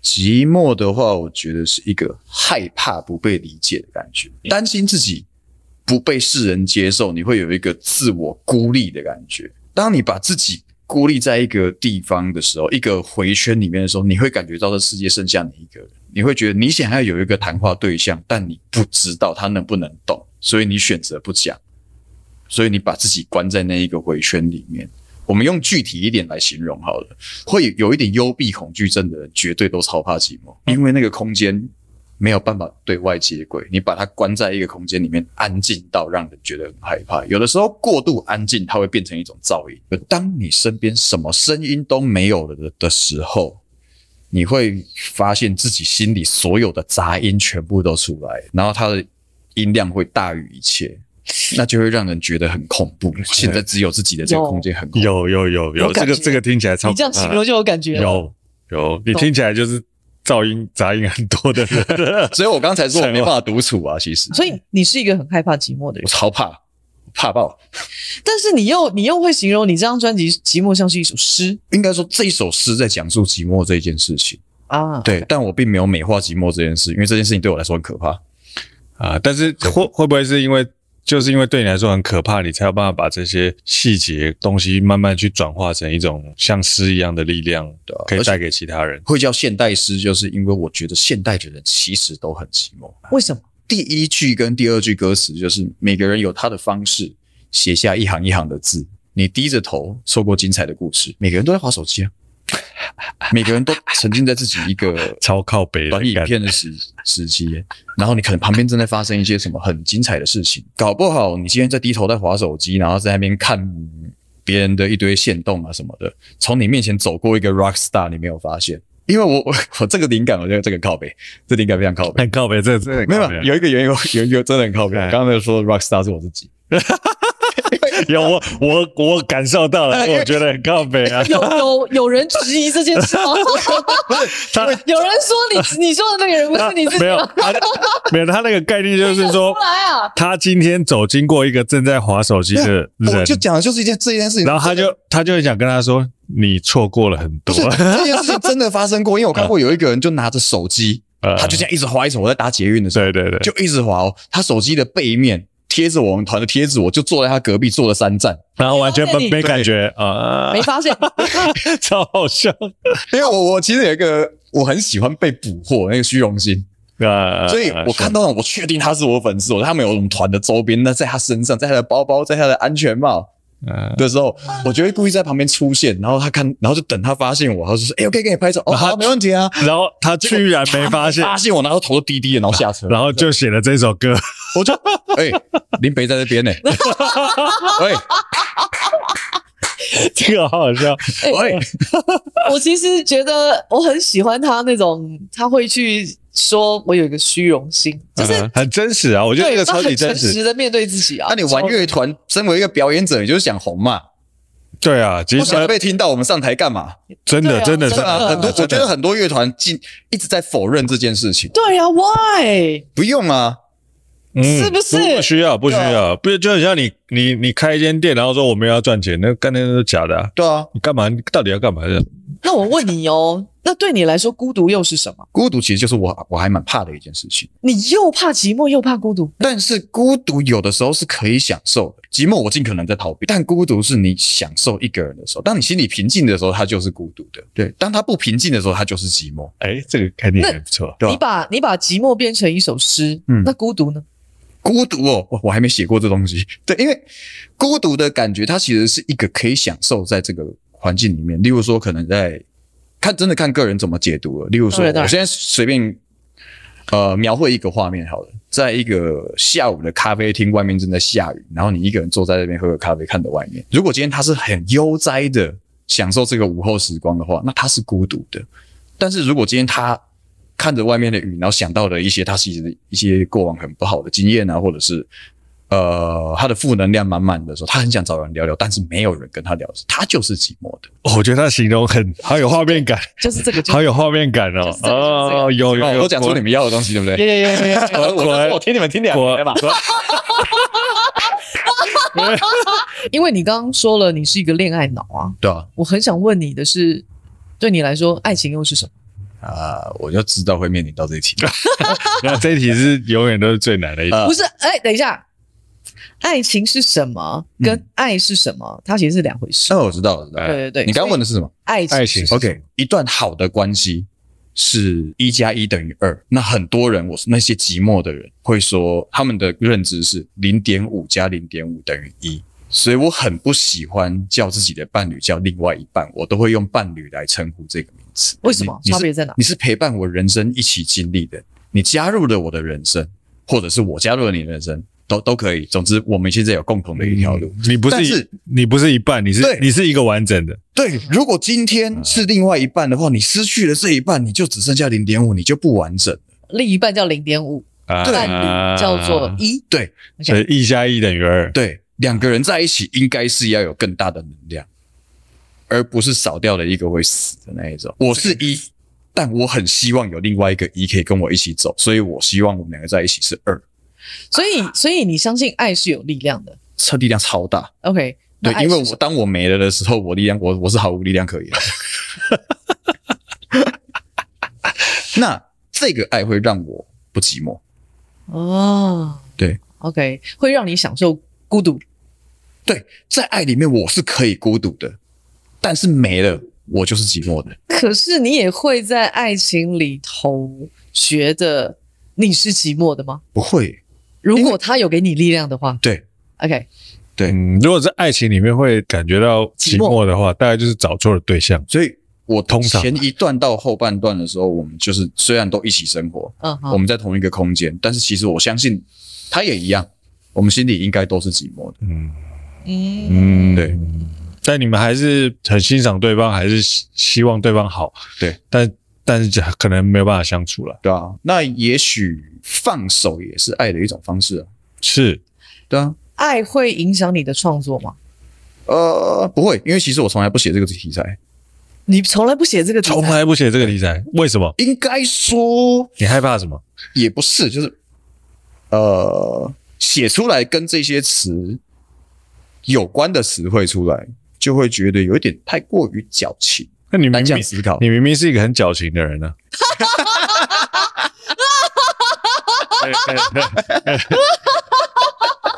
寂寞的话，我觉得是一个害怕不被理解的感觉，担心自己不被世人接受，你会有一个自我孤立的感觉。当你把自己孤立在一个地方的时候，一个回圈里面的时候，你会感觉到这世界剩下你一个人，你会觉得你想要有一个谈话对象，但你不知道他能不能懂，所以你选择不讲，所以你把自己关在那一个回圈里面。我们用具体一点来形容好了。会有一点幽闭恐惧症的人，绝对都超怕寂寞，因为那个空间没有办法对外接轨，你把它关在一个空间里面，安静到让人觉得很害怕。有的时候过度安静，它会变成一种噪音。而当你身边什么声音都没有了的的时候，你会发现自己心里所有的杂音全部都出来，然后它的音量会大于一切，那就会让人觉得很恐怖。现在只有自己的这个空间很恐怖。有有有哦有有，这感个觉这个听起来超啊你这样形容就有感觉了。有有，你听起来就是噪音杂音很多的人。 所以我刚才说我没办法独处啊，其实所以你是一个很害怕寂寞的我人，超怕，怕爆。但是你又你又会形容你这张专辑《寂寞》像是一首诗应该说这一首诗在讲述寂寞这一件事情，啊，对，但我并没有美化寂寞这件事，因为这件事情对我来说很可怕。啊，但是会会不会是因为就是因为对你来说很可怕，你才有办法把这些细节东西慢慢去转化成一种像诗一样的力量，啊可以而且带给其他人？会叫现代诗，就是因为我觉得现代的人其实都很寂寞。为什么？第一句跟第二句歌词就是每个人有他的方式写下一行一行的字，你低着头错过精彩的故事。每个人都在划手机啊，每个人都沉浸在自己一个超靠北的短影感觉，片的时时期，然后你可能旁边正在发生一些什么很精彩的事情，搞不好你今天在低头在划手机，然后在那边看别人的一堆线动啊什么的，从你面前走过一个 rock star，你没有发现？因为我我 我这个灵感，我觉得这个靠背，这灵感非常靠背。很靠北，这这很没有靠北有一个原因， 有有真的很靠背。哎刚刚说 rock star 是我自己，有我我我感受到了，我觉得很靠北啊。哎有有有人质疑这件事吗？ 他有人说你你说的那个人不是你自己没有吗？他没有他那个概 念就是说出，来啊！他今天走经过一个正在划手机的我人，就讲的就是一件这一件事情。然后他就他就会想跟他说，你错过了很多不是。这件事情真的发生过，因为我看嗯过有一个人就拿着手机，呃他就这样一直滑一直滑。我在打捷运的时候， 对对对，就一直滑哦。他手机的背面贴着我们团的贴纸，我就坐在他隔壁坐了三站，然后完全发现没你没感觉啊没，发现， 超好笑因为我我其实有一个我很喜欢被捕获那个虚荣心，啊！所以我看到了我确定他是我粉丝，我他们有我们团的周边，那在他身上，在他的包包，在他的安全帽。嗯的时候，我就会故意在旁边出现，然后他看，然后就等他发现我，他就说：“哎、我可以给你拍照哦，好，没问题啊。然后他居然”没发现，发现我，然后头都低低的，然后下车，然后就写了这首歌， 我就哎、林北在这边呢、哎喂这个好好笑。喂，我其实觉得我很喜欢他那种，他会去说我有一个虚荣心，就是嗯很真实啊，我觉得对这个他超级很真诚实实。的面对自己啊。那你玩乐团，身为一个表演者，你就是想红嘛？对啊，其不实想被听到，我们上台干嘛？真的对啊真的真真对啊，的的很多我真觉的得很多乐团进一直在否认这件事情，对啊，Why？不用啊，嗯是不是不需要，不需对要，不就很像你你你开一间店，然后说我们要赚钱，那干那都是假的啊。对啊，你干嘛？你到底要干嘛的？那我问你哦，那对你来说孤独又是什么？孤独其实就是我我还蛮怕的一件事情，你又怕寂寞又怕孤独，但是孤独有的时候是可以享受的，寂寞我尽可能在逃避，但孤独是你享受一个人的时候，当你心里平静的时候，它就是孤独的，对，当它不平静的时候，它就是寂寞。哎，这个概念还不错。对啊你把你把寂寞变成一首诗，嗯那孤独呢？孤独哦，我我还没写过这东西。 对，因为孤独的感觉，它其实是一个可以享受在这个环境里面。例如说，可能在看真的看个人怎么解读了。例如说，当然当然我现在随便呃描绘一个画面好了，在一个下午的咖啡厅外面正在下雨，然后你一个人坐在那边喝个咖啡，看着外面。如果今天他是很悠哉的享受这个午后时光的话，那他是孤独的。但是如果今天他看着外面的雨，然后想到了一些他其实一些过往很不好的经验啊，或者是呃他的负能量满满的时候，他很想找人聊聊，但是没有人跟他聊，他就是寂寞的。哦我觉得他形容很好有画面感，就是这个，就好有画面感就哦是。这个就是这哦，有有哦有，我讲出你们要的东西，对不耶对？耶耶耶耶，我果然我我听你们听两果年嘛，因为你刚刚说了，你是一个恋爱脑啊，对啊，我很想问你的是，对你来说，爱情又是什么？啊，我就知道会面临到这一题。那这一题是永远都是最难的一题。啊不是，哎，等一下，爱情是什么？嗯跟爱是什么？它其实是两回事。那我知道，我知道。对对对，呃你刚刚问的是什么？爱情，爱情是 OK，一段好的关系是一加一等于二。那很多人，我那些寂寞的人会说，他们的认知是零点五加零点五等于一。所以我很不喜欢叫自己的伴侣叫另外一半，我都会用伴侣来称呼这个名词。为什么你你差是别在哪？你是陪伴我人生一起经历的，你加入了我的人生，或者是我加入了你的人生，都都可以。总之，我们现在有共同的呃一条嗯路。你不是但一是你不是一半，你是对你是一个完整的，对，如果今天是另外一半的话，你失去了这一半，你就只剩下零点五，你就不完整。另一半叫零点五，啊伴侣叫做一。对所以一加一等于二，对，两个人在一起应该是要有更大的能量，而不是少掉了一个会死的那一种。我是一，但我很希望有另外一个一可以跟我一起走，所以我希望我们两个在一起是二。所以所以你相信爱是有力量的。车力量超大， OK，那对，爱因为是我当我没了的时候，我力量我我是毫无力 量可言。 那这个爱会让我不寂寞，哦，对，OK，会让你享受孤独。对，在爱里面我是可以孤独的，但是没了我就是寂寞的。可是你也会在爱情里头觉得你是寂寞的吗？不会，如果他有给你力量的话对， ，OK，对嗯，如果在爱情里面会感觉到寂寞的话，大概就是找错了对象。所以我通常前一段到后半段的时候，我们就是虽然都一起生活，嗯我好，们在同一个空间，但是其实我相信他也一样，我们心里应该都是寂寞的。嗯嗯，嗯，对。但你们还是很欣赏对方，还是希希望对方好，对。但但是可能没有办法相处了。对啊，那也许放手也是爱的一种方式啊。是，对啊，爱会影响你的创作吗？呃，不会，因为其实我从来不写这个题材。你从来不写这个题材从来不写这个题材，为什么？应该说你害怕什么？也不是，就是呃，写出来跟这些词有关的词汇出来，就会觉得有一点太过于矫情。那你明单向明思考，你明明是一个很矫情的人啊呢、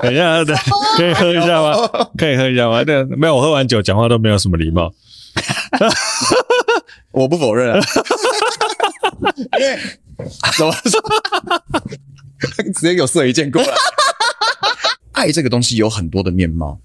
等一下，等可以喝一下吗？可以喝一下吗？对，没有，我喝完酒讲话都没有什么礼貌。我不否认啊，因为怎么说，直接有色一见过来。爱这个东西有很多的面貌，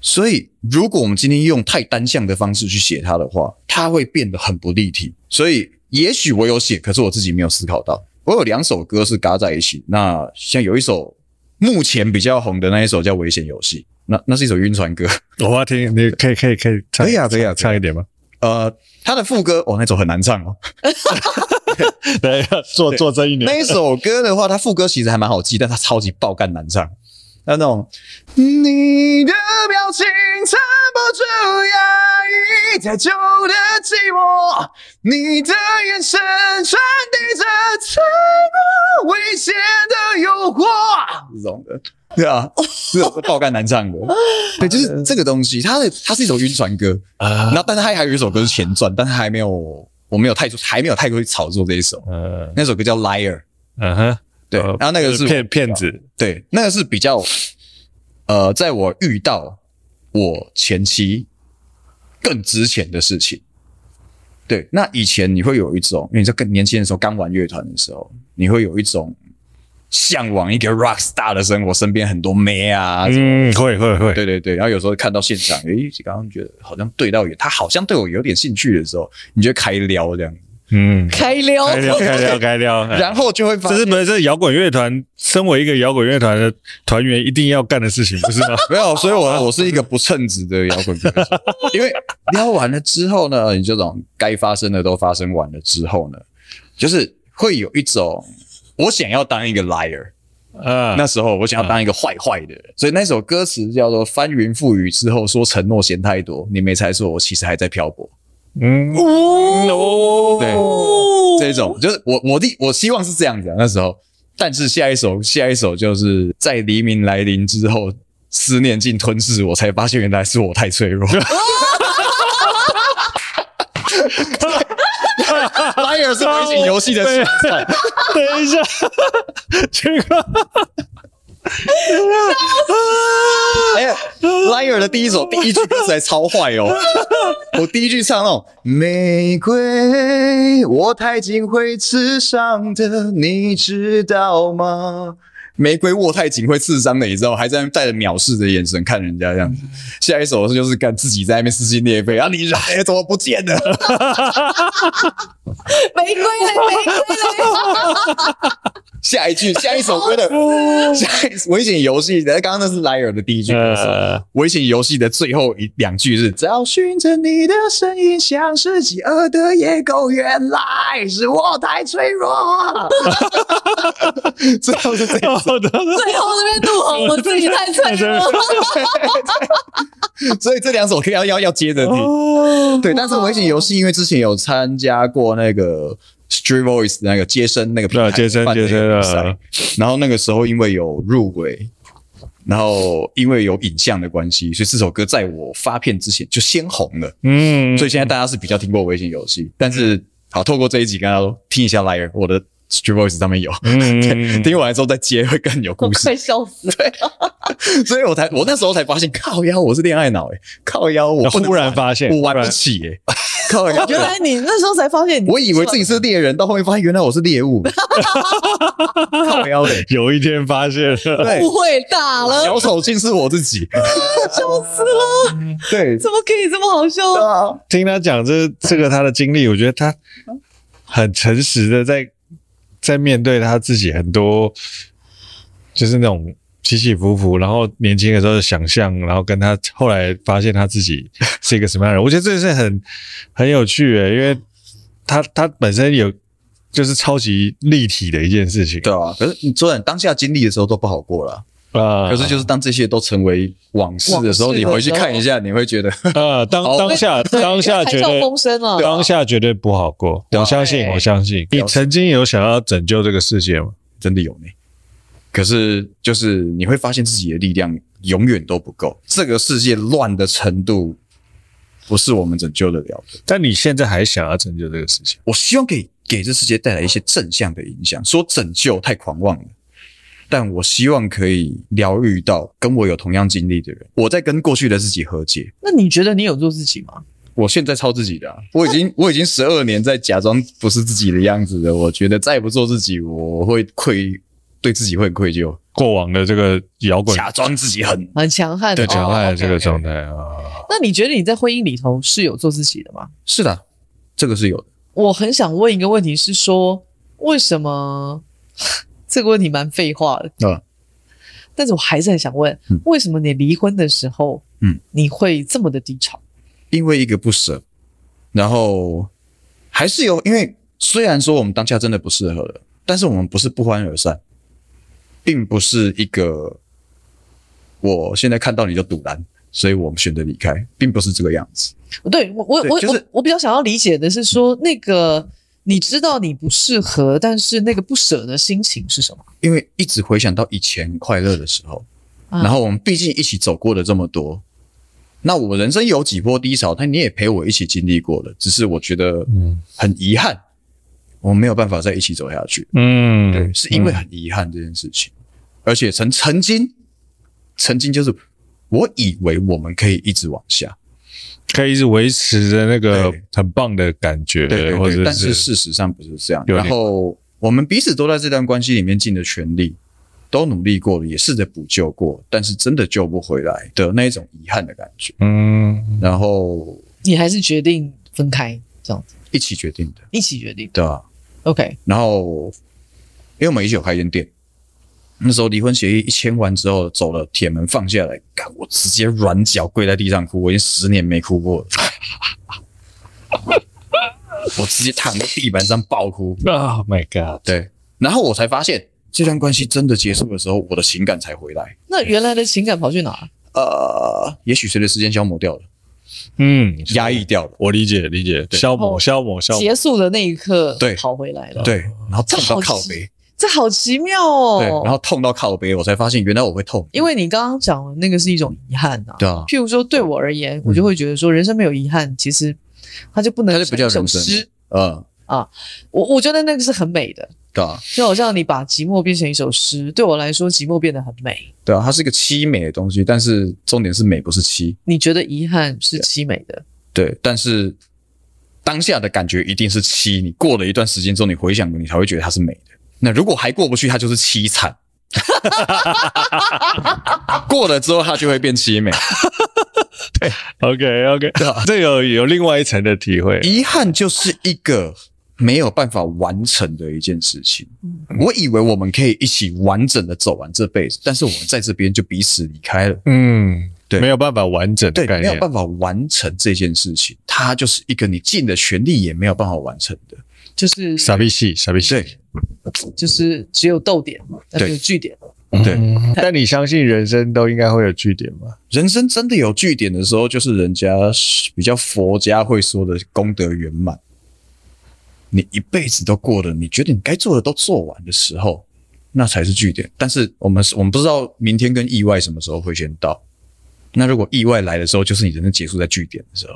所以如果我们今天用太单向的方式去写它的话，它会变得很不立体。所以也许我有写，可是我自己没有思考到。我有两首歌是嘎在一起，那像有一首目前比较红的那一首叫《危险游戏》，那那是一首晕船歌。我要听，你可以可以可以唱，可以啊可以啊可以啊唱一点吗？呃，它的副歌哦，那首很难唱哦。对，做做这一年， 那一首歌的话，它副歌其实还蛮好记，但它超级爆干难唱。那那种你的表情撑不住压抑太久的寂寞，你的眼神传递着太过危险的诱惑，这种的。对啊，这种是爆干难唱的。对，就是这个东西，它的它是一首晕船歌，啊然，后但是它还有一首歌是前传，但是还没有，我没有太还没有太过去炒作这一首。呃，那首歌叫《Liar》，嗯哼，对，呃然后那个是骗骗子，对，那个是比较，呃，在我遇到我前妻更值钱的事情。对，那以前你会有一种，因为你在更年轻的时候，刚玩乐团的时候，你会有一种向往一个 rock star 的生活，身边很多妹啊，嗯，会会会，对对对，然后有时候看到现场，诶，刚刚觉得好像对到眼，他好像对我有点兴趣的时候，你就开撩这样，嗯，开撩，该聊该聊该 聊，哎然后就会发这现是不是这是摇滚乐团？身为一个摇滚乐团的团员，一定要干的事情，不是 吗？没有，所以我我是一个不称职的摇滚歌手，因为撩完了之后呢，你这种该发生的都发生完了之后呢，就是会有一种我想要当一个 liar，啊，那时候我想要当一个坏坏的人，所以那首歌词叫做“翻云覆雨之后说承诺嫌太多”，你没猜错，我其实还在漂泊。嗯，哦，对这种就是我我的我希望是这样子、啊、那时候，但是下一首下一首就是在黎明来临之后，思念竟吞噬我，才发现原来是我太脆弱。Liar 是危险游戏的前传，等一 下，这个哎呀，Liar 的第一首第一句歌词还超坏哦。我第一句唱那种玫瑰，我太近会刺伤的，你知道吗？玫瑰握太紧会刺伤的，你知道吗？还在那边带着藐视的眼神看人家这样子。下一首是就是干自己在那边撕心裂肺，啊，你染了怎么不见了？玫瑰嘞，玫瑰嘞，下一句，下一首歌的啊下一危险游戏的，刚刚那是莱尔的第一句歌词。呃， 危险游戏的最后一两句是：找寻着你的声音，像是饥饿的野狗，原来是我太脆弱。最后是这样，好的，最后那边怒吼，我自己太脆弱了。所以这两首可以要要要接着听。哦，对，但是危险游戏因为之前有参加过那个 Street Voice 的那个接生那个平台对接生办的那个接生比赛啊，然后那个时候因为有入围，然后因为有影像的关系，所以这首歌在我发片之前就先红了，嗯，所以现在大家是比较听过危险游戏，但是好透过这一集跟大家说听一下 Liar，我的 Street Voice 上面有。 嗯，嗯，听完之后再接会更有我故 事快，笑死了！所以我才我那时候才发现，靠腰我是恋爱脑诶、靠腰我嗯不能忽然玩发现，我玩忽不然起诶、靠腰原来你那时候才发现你，我以为自己是猎人，到后面发现原来我是猎物，靠 腰的，有一天发现了， 对误，会大了，小丑竟是我自己，笑死了！对，怎么可以这么好笑？啊，听他讲这这个他的经历，我觉得他很诚实的在在面对他自己很多，就是那种起起伏伏，然后年轻的时候的想象，然后跟他后来发现他自己是一个什么样的人，我觉得这是很很有趣的，因为他他本身有就是超级立体的一件事情对啊，可是你昨晚当下经历的时候都不好过了，啊，可是就是当这些都成为往事的时候，往事的你回去看一下，你会觉得啊，当好当下当下才觉叫得风声啊！当下绝对不好过，对我相信，我相信。对你曾经有想要拯救这个世界吗？真的有呢。可是就是你会发现自己的力量永远都不够，这个世界乱的程度不是我们拯救得了的。但你现在还想要拯救这个世界？我希望给给这世界带来一些正向的影响。说拯救太狂妄了，但我希望可以疗愈到跟我有同样经历的人。我在跟过去的自己和解。那你觉得你有做自己吗？我现在超自己的、啊，我已经 我已经十二年在假装不是自己的样子了。我觉得再不做自己，我会愧对自己会很愧疚。过往的这个摇滚假装自己很很强悍的对讲话的这个状态。态哦啊，那你觉得你在婚姻里头是有做自己的吗？是的，这个是有的。我很想问一个问题，是说为什么 这个问题蛮废话的，嗯，但是我还是很想问，嗯为什么你离婚的时候，嗯，你会这么的低潮？因为一个不舍，然后还是有，因为虽然说我们当下真的不适合了，但是我们不是不欢而散，并不是一个我现在看到你就堵拦，所以我们选择离开，并不是这个样子。对我，我对我、就是我我比较想要理解的是说，那个你知道你不适合，但是那个不舍的心情是什么？因为一直回想到以前快乐的时候，啊然后我们毕竟一起走过的这么多，那我人生有几波低潮，但你也陪我一起经历过了，只是我觉得嗯很遗憾，我们没有办法再一起走下去。嗯，对，是因为很遗憾这件事情，而且曾曾经，曾经就是我以为我们可以一直往下，可以一直维持着那个对很棒的感觉，对或对对，者但是事实上不是这样。有点然后我们彼此都在这段关系里面尽了全力，都努力过了，也试着补救过，但是真的救不回来的那一种遗憾的感觉。嗯，然后你还是决定分开这样子，一起决定的，一起决定对吧、 ？OK，然后，因为我们一起有开间店，那时候离婚协议一签完之后，走了铁门放下来，干我直接软脚跪在地上哭，我已经十年没哭过了， 我直接躺在地板上爆哭。 ，Oh my God，对，然后我才发现这段关系真的结束的时候，我的情感才回来。那原来的情感跑去哪？呃，也许随着时间消磨掉了，嗯，压抑掉了。我理解理解，对哦消磨消磨消磨结，束的那一刻，对跑回来了。，对，然后痛到哦这好靠奇背，这好奇妙对，哦。然后痛到靠背，我才发现原来我会痛，因为你刚刚讲的那个是一种遗憾呐、对啊譬如说，对我而言，我就会觉得说，人生没有遗憾，其实它就不能它就不叫成一首人生诗。嗯，我我觉得那个是很美的，对啊，就好像你把寂寞变成一首诗，对我来说，寂寞变得很美。对啊，它是一个凄美的东西，但是重点是美不是凄。你觉得遗憾是凄美的，对，但是当下的感觉一定是凄。你过了一段时间之后，你回想，你才会觉得它是美的。那如果还过不去，它就是凄惨。 过了之后它就会变凄美。 OK OK，这啊有有另外一层的体会。遗憾就是一个没有办法完成的一件事情。嗯我以为我们可以一起完整的走完这辈子，但是我们在这边就彼此离开了。嗯，对没有办法完整的对，概没有念。办法完成这件事情，它就是一个你尽了全力也没有办法完成的。就是傻逼戏，傻逼戏。对就是只有逗点，但没有对句点。对，嗯但你相信人生都应该会有据点吗？人生真的有据点的时候，就是人家比较佛家会说的功德圆满。你一辈子都过了，你觉得你该做的都做完的时候，那才是据点。但是我们我们不知道明天跟意外什么时候会先到。那如果意外来的时候，就是你人生结束在据点的时候，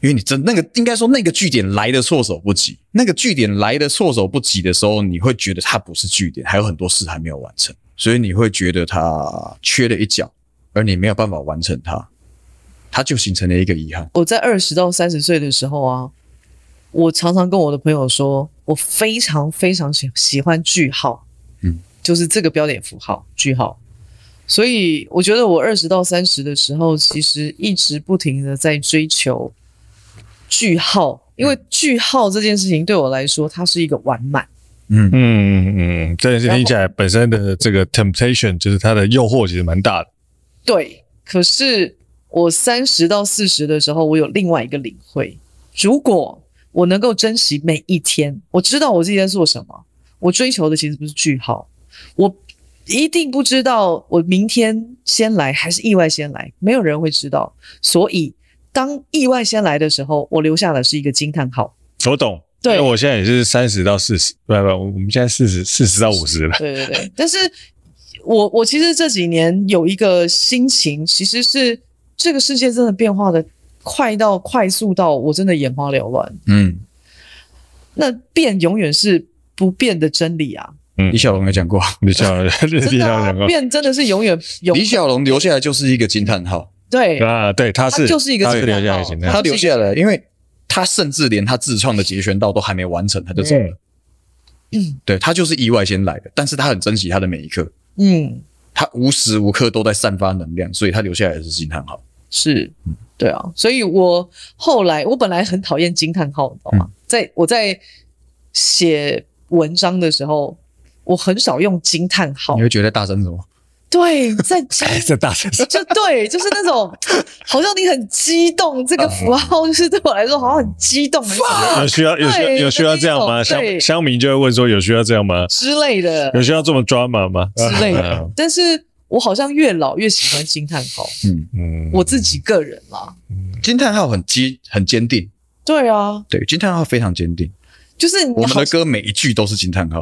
因为你真那个应该说那个据点来的措手不及，那个据点来的措手不及的时候，你会觉得它不是据点，还有很多事还没有完成，所以你会觉得它缺了一角，而你没有办法完成它，它就形成了一个遗憾。我在二十到三十岁的时候啊，我常常跟我的朋友说，我非常非常喜喜欢句号，嗯，就是这个标点符号句号。所以我觉得我二十到三十的时候，其实一直不停的在追求句号，因为句号这件事情对我来说，它是一个完满。嗯，嗯嗯嗯，这件事听起来本身的这个 temptation 就是它的诱惑其实蛮大的。对，可是我三十到四十的时候，我有另外一个领会：如果我能够珍惜每一天，我知道我自己在做什么，我追求的其实不是句号，我一定不知道我明天先来还是意外先来，没有人会知道。所以当意外先来的时候，我留下的是一个惊叹号。我懂，对因为我现在也是三十到四十，不不，我们现在四十四十到五 十了。对对对，但是我我其实这几年有一个心情，其实是这个世界真的变化的快到快速到我真的眼花缭乱。嗯，那变永远是不变的真理啊，李小龙也讲过，你像真你的、像啊两 个、变真 的是永远有李小龙留下来就是一个惊叹号，对啊，对，他是他就是一个他惊留叹下号一形对态他，留下来，因为他甚至连他自创的截拳道都还没完成，他就走了。对他就是意外先来的，但是他很珍惜他的每一刻，嗯他无时无刻都在散发能量，所以他留下来的是惊叹号。是。对啊，所以我后来我本来很讨厌惊叹号，你知道吗？在我在写文章的时候，我很少用惊叹号你。会觉得大声什么？对，在惊哎这 大声说，就对，就是那种好像你很激动，这个符号就是对我来说好像很激动的有需要有需要对有需要这样吗？对乡乡民就会问说，有需要这样吗？之类的有需要这么 drama 吗？之类的啊。 但是我好像越老越喜欢惊叹号，嗯，嗯，我自己个人啦。惊叹号很坚很坚定，对啊，对，惊叹号非常坚定。就是你我们好的歌每一句都是惊 叹号，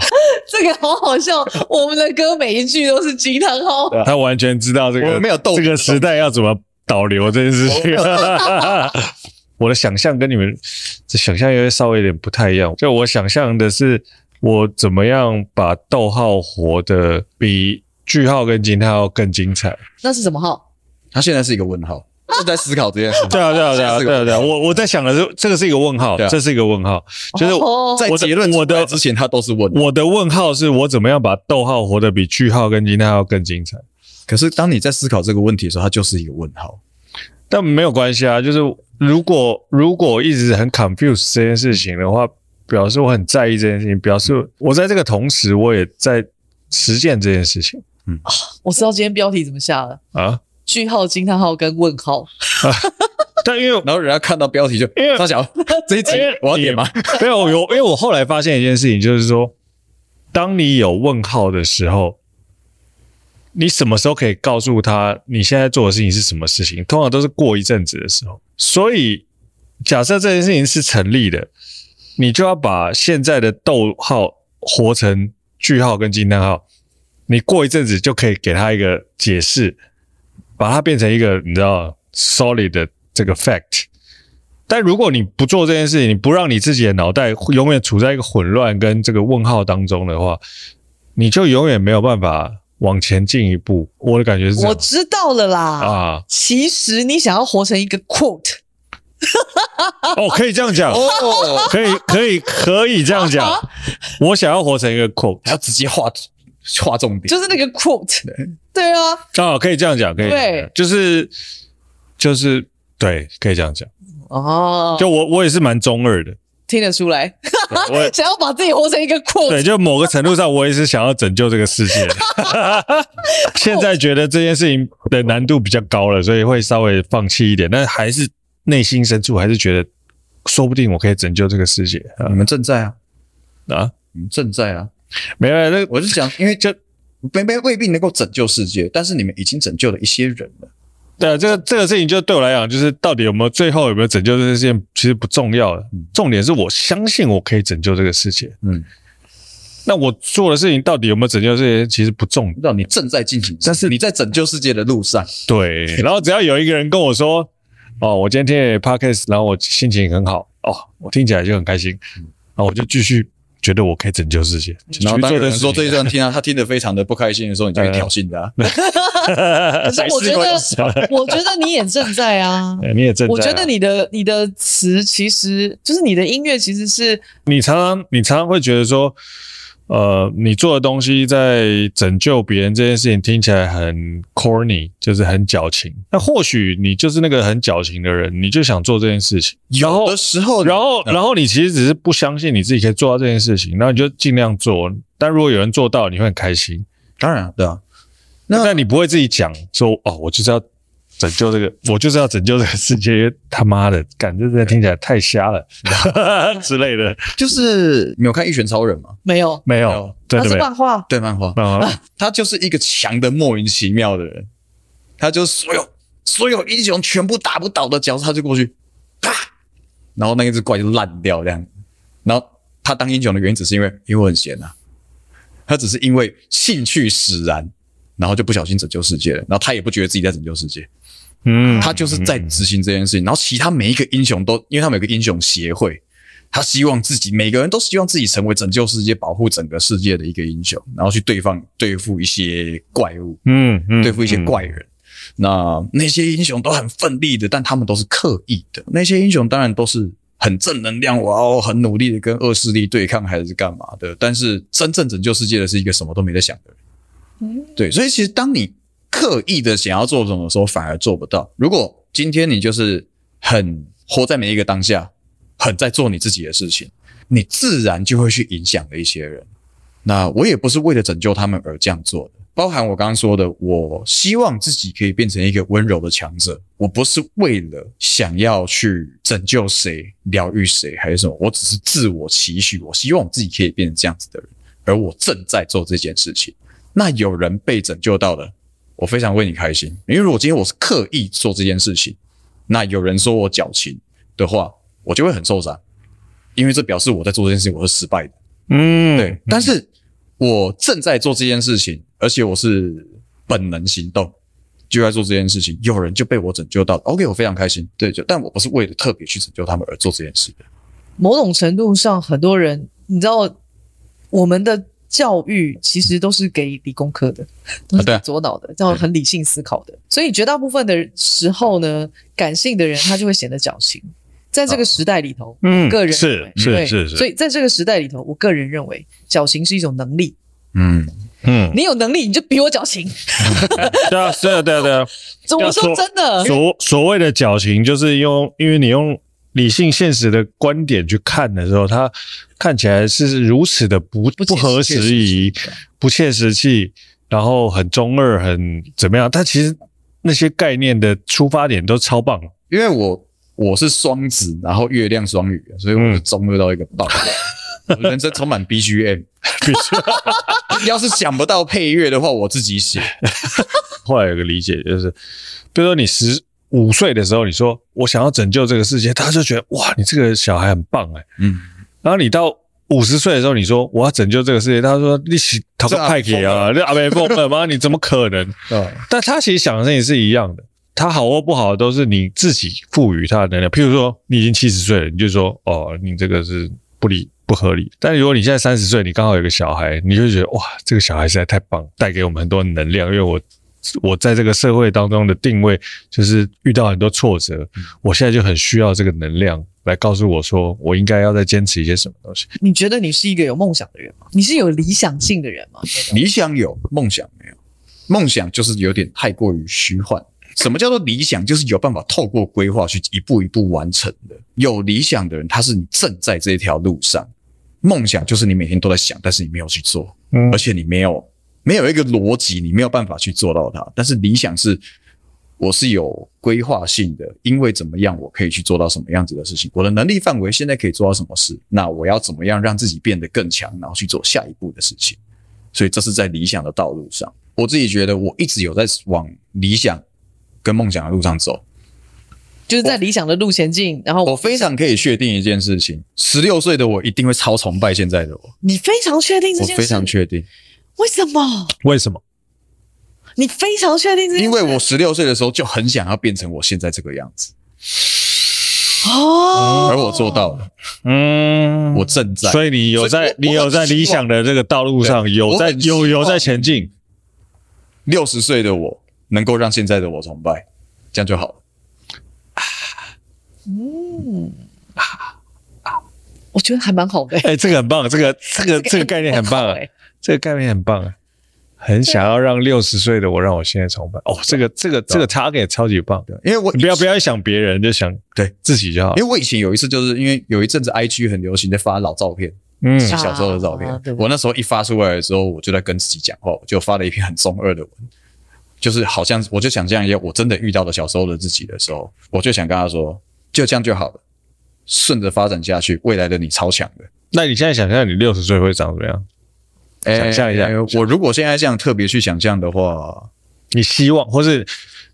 这个好好笑，我们的歌每一句都是惊叹号。他完全知道这我个们没有斗这争个时代要怎么导流这件事 情。我的想象跟你们这想象有点稍微有点不太一样，就我想象的是我怎么样把逗号活得比句号跟惊叹号更精彩。那是什么号？他现在是一个问号，正在思考这件事。 对啊，对啊，对啊，这是个对啊，对啊，我我在想的是这个是一个问号，对啊这是一个问号，就是哦在我的结论我出来的之前，他都是问。我的问号是我怎么样把逗号活得比句号跟惊叹号更精彩。可是当你在思考这个问题的时候，他就是一个问号。但没有关系啊，就是如果如果我一直很 confuse 这件事情的话，表示我很在意这件事情，表示我在这个同时我也在实践这件事情我知道今天标题怎么下了，啊。句号、惊叹号跟问号。但因为然后人家看到标题就因为他想 这一集因为我要点吗？没有有，因为我后来发现一件事情，就是说，当你有问号的时候，你什么时候可以告诉他你现在做的事情是什么事情？通常都是过一阵子的时候。所以，假设这件事情是成立的，你就要把现在的逗号活成句号跟惊叹号。你过一阵子就可以给他一个解释，把它变成一个你知道 solid 的这个 fact。但如果你不做这件事情，你不让你自己的脑袋永远处在一个混乱跟这个问号当中的话，你就永远没有办法往前进一步。我的感觉是这我样知道了啦。啊，其实你想要活成一个 quote，哦，可以这样讲，哦，可以，可以，可以这样讲。我想要活成一个 quote， 还要直接画划重点，就是那个 quote，对啊，哦，可以这样讲，可以这样讲，对就是就是对，可以这样讲。哦，就我我也是蛮中二的，听得出来，我 也想要把自己活成一个 quote， 对，就某个程度上，我也是想要拯救这个世界的。 现在觉得这件事情的难度比较高了，所以会稍微放弃一点，但还是内心深处还是觉得，说不定我可以拯救这个世界啊你们正在啊，啊！你们正在啊，没有，那我是 讲，因为这没没未必能够拯救世界，但是你们已经拯救了一些人了。对呃这个这个事情，就对我来讲，就是到底有没有最后有没有拯救这件事情，其实不重要了嗯。重点是我相信我可以拯救这个世界。嗯，那我做的事情到底有没有拯救这些，其实不重要。让你正在进行，但是你在拯救世界的路上， 对，然后只要有一个人跟我说：“哦，我今天听你的 podcast，然后我心情很好，哦，我听起来就很开心。”然后我就继续觉得我可以拯救世界，嗯然后继续当有这件人事说情啊 这一段听啊，他听得非常的不开心的时候，你就可以挑衅他。可是我觉还得，我觉得你也正在啊。呃你也正在啊、我觉得你的你的词其实就是你的音乐其实是你常常你常常会觉得说，呃，你做的东西在拯救别人这件事情听起来很 corny，就是很矫情。那或许你就是那个很矫情的人，你就想做这件事情，然后有的时候，哦然后，然后你其实只是不相信你自己可以做到这件事情，然后你就尽量做。但如果有人做到，你会很开心。当然啊对啊，那但你不会自己讲说哦，我就是要拯救这个，我就是要拯救这个世界。因为他妈的，感这真的听起来太瞎 了之类的，就是你有看《一拳超人》吗？没有，没没有有，真它的是没有。漫画，对，漫画，啊，他就是一个强的莫名其妙的人，他就是所有所有英雄全部打不倒的角色，他就过去，啪，然后那一只怪就烂掉这样。然后他当英雄的原因只是因为因为我很闲啊，他只是因为兴趣使然，然后就不小心拯救世界了。然后他也不觉得自己在拯救世界，嗯，他就是在执行这件事情。然后其他每一个英雄都，因为他们有个英雄协会，他希望自己每个人都希望自己成为拯救世界、保护整个世界的一个英雄，然后去对方对付一些怪物，嗯嗯对付一些怪人。那那些英雄都很奋力的，但他们都是刻意的。那些英雄当然都是很正能量，我要很努力的跟恶势力对抗，还是干嘛的。但是真正拯救世界的是一个什么都没在想的人。对，所以其实当你刻意的想要做什么的时候，反而做不到。如果今天你就是很活在每一个当下，很在做你自己的事情，你自然就会去影响了一些人。那我也不是为了拯救他们而这样做的，包含我刚刚说的，我希望自己可以变成一个温柔的强者，我不是为了想要去拯救谁、疗愈谁还是什么，我只是自我期许，我希望我自己可以变成这样子的人，而我正在做这件事情。那有人被拯救到了，我非常为你开心，因为如果今天我是刻意做这件事情，那有人说我矫情的话，我就会很受伤，因为这表示我在做这件事情我是失败的。嗯对，但是我正在做这件事情，而且我是本能行动，就在做这件事情，有人就被我拯救到，OK，我非常开心。对，就但我不是为了特别去拯救他们而做这件事的。某种程度上，很多人你知道，我们的教育其实都是给理工科的，都是对啊给左脑的，这样很理性思考的。所以绝大部分的时候呢，感性的人他就会显得矫情。在这个时代里头，嗯个人是对是是是，所以在这个时代里头，我个人认为矫情是一种能力。嗯，嗯， 你有能力，你就比我矫 情。对啊，对啊，对啊，对啊。怎么说要说真的？所所谓的矫情，就是用因为你用理性现实的观点去看的时候，它看起来是如此的不不切不合时宜、不切实际，然后很中二、很怎么样？但其实那些概念的出发点都超棒，因为我我是双子，然后月亮双鱼，所以我是中二到一个爆炸。我人生充满 BGM，要是想不到配乐的话，我自己写。后来有个理解就是，比如说你十五岁的时候，你说我想要拯救这个世界，他就觉得哇，你这个小孩很棒哎、嗯，然后你到五十岁的时候，你说我要拯救这个世界，他说你洗讨个这阿派给啊，那阿美疯了吗？你怎么可能？嗯哦但他其实想的事情是一样的，他好或不好都是你自己赋予他的能量。譬如说，你已经七十岁了，你就说哦，你这个是不理不合理。但如果你现在三十岁，你刚好有个小孩，你就觉得哇，这个小孩实在太棒，带给我们很多能量，因为我我在这个社会当中的定位，就是遇到很多挫折，我现在就很需要这个能量来告诉我说，我应该要再坚持一些什么东西。你觉得你是一个有梦想的人吗？你是有理想性的人吗？理想有，梦想没有。梦想就是有点太过于虚幻。什么叫做理想？就是有办法透过规划去一步一步完成的。有理想的人，他是你正在这条路上。梦想就是你每天都在想，但是你没有去做，嗯而且你没有没有一个逻辑，你没有办法去做到它。但是理想是，我是有规划性的，因为怎么样，我可以去做到什么样子的事情，我的能力范围现在可以做到什么事，那我要怎么样让自己变得更强，然后去做下一步的事情。所以这是在理想的道路上，我自己觉得我一直有在往理想跟梦想的路上走。就是在理想的路前进，然后我非常可以确定一件事情：十六岁的我一定会超崇拜现在的我，你非常确定这我件事，非常确定。为什么？为什么？你非常确定这件事， 因为我十六岁的时候就很想要变成我现在这个样子，哦，而我做到了，嗯我正在。所以你有在所以我你有在理想的这个道路上对有在我很希望有有在前进，六十岁的我能够让现在的我崇拜，这样就好了。我觉得还蛮好的、哎、这个很棒，这个这个这个概念很棒啊欸哎，这个概念很棒啊，很想要让六十岁的我让我现在崇拜哦，这个这个这个 target 超级棒，啊对，因啊为我你不要不要想别人，就想对自己就好因为，我以前有一次，就是因为有一阵子 IG 很流行在发老照片，嗯是小时候的照片啊对。我那时候一发出来的时候，我就在跟自己讲话，我就发了一篇很中二的文，就是好像我就想象一下，我真的遇到了小时候的自己的时候，我就想跟他说，就这样就好了，顺着发展下去，未来的你超强的。那你现在想象你六十岁会长怎么样？想象一下哎我如果现在这样特别去想象的话，你希望，或是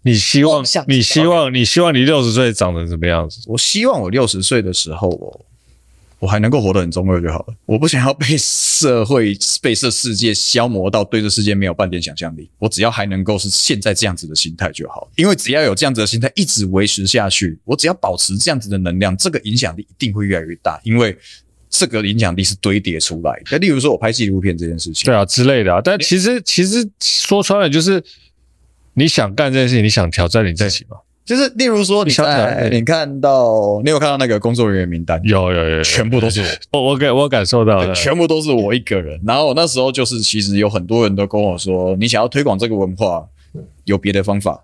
你希望梦想，你希望，你希望你六十岁长成什么样子？我希望我六十岁的时候，我我还能够活得很中二就好了。我不想要被社会、被这世界消磨到对这世界没有半点想象力。我只要还能够是现在这样子的心态就好，因为只要有这样子的心态一直维持下去，我只要保持这样子的能量，这个影响力一定会越来越大，因为这个影响力是堆叠出来的。那例如说我拍纪录片这件事情，对啊，之类的啊。但其实，其实说穿了就是，你想干这件事情，你想挑战你自己嘛？就是例如说你你想起来看，你看到你有看到那个工作人员名单，有有有有，全部都是我。我我感我感受到对了，全部都是我一个人。然后我那时候就是，其实有很多人都跟我说，你想要推广这个文化，有别的方法，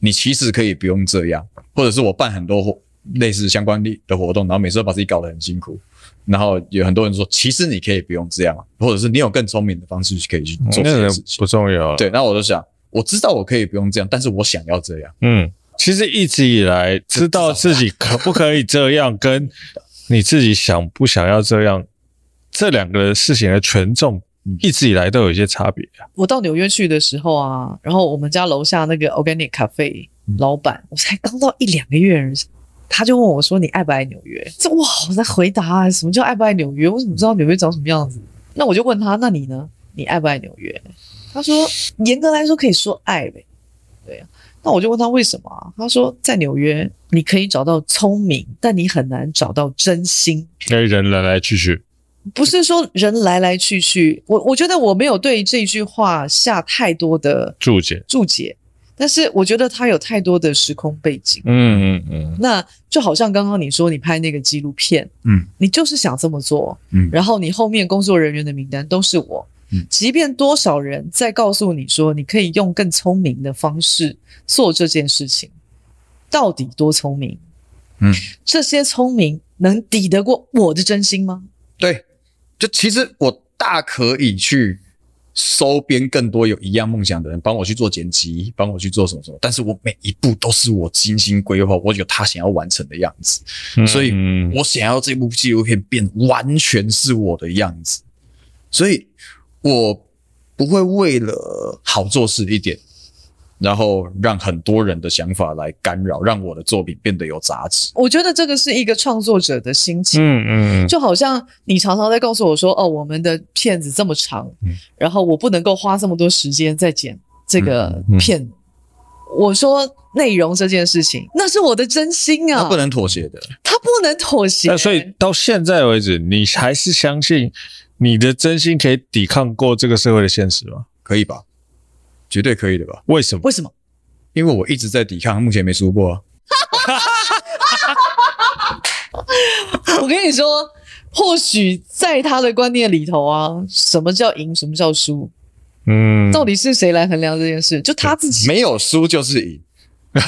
你其实可以不用这样，或者是我办很多活类似相关的活动，然后每次都把自己搞得很辛苦。然后有很多人说，其实你可以不用这样，或者是你有更聪明的方式可以去做嗯那这个件人事情。不重要了。对，那我就想，我知道我可以不用这样，但是我想要这样。嗯，其实一直以来知道自己可不可以这样，跟你自己想不想要这样，这两个事情的权重，一直以来都有一些差别啊。我到纽约去的时候啊，然后我们家楼下那个 organic cafe 老板，我才刚到一两个月而已，他就问我说：“你爱不爱纽约？”这哇，我在回答、啊、什么叫爱不爱纽约？我怎么知道纽约长什么样子？那我就问他：“那你呢？你爱不爱纽约？”他说：“严格来说可以说爱呗。”对啊，那我就问他为什么、啊？他说：“在纽约你可以找到聪明，但你很难找到真心。”因为人来来去去，不是说人来来去去，我我觉得我没有对这句话下太多的注解。注解，但是我觉得它有太多的时空背景。嗯嗯嗯，那就好像刚刚你说你拍那个纪录片，嗯，你就是想这么做，嗯然后你后面工作人员的名单都是我，嗯即便多少人在告诉你说你可以用更聪明的方式做这件事情，到底多聪明？嗯，这些聪明能抵得过我的真心吗？对，就其实我大可以去收编更多有一样梦想的人，帮我去做剪辑，帮我去做什么什么。但是我每一步都是我精心规划，我有他想要完成的样子，所以嗯我想要这部纪录片变完全是我的样子，所以我不会为了好做事一点。然后让很多人的想法来干扰，让我的作品变得有杂质。我觉得这个是一个创作者的心情。嗯嗯，就好像你常常在告诉我说，哦，我们的片子这么长，嗯然后我不能够花这么多时间在剪这个嗯嗯片。我说内容这件事情，那是我的真心啊，他不能妥协的，他不能妥协。那所以到现在为止，你还是相信你的真心可以抵抗过这个社会的现实吗？可以吧？绝对可以的吧？为什么？为什么？因为我一直在抵抗，目前没输过啊。我跟你说，或许在他的观念里头啊，什么叫赢，什么叫输，嗯，到底是谁来衡量这件事？就他自己。没有输就是 赢，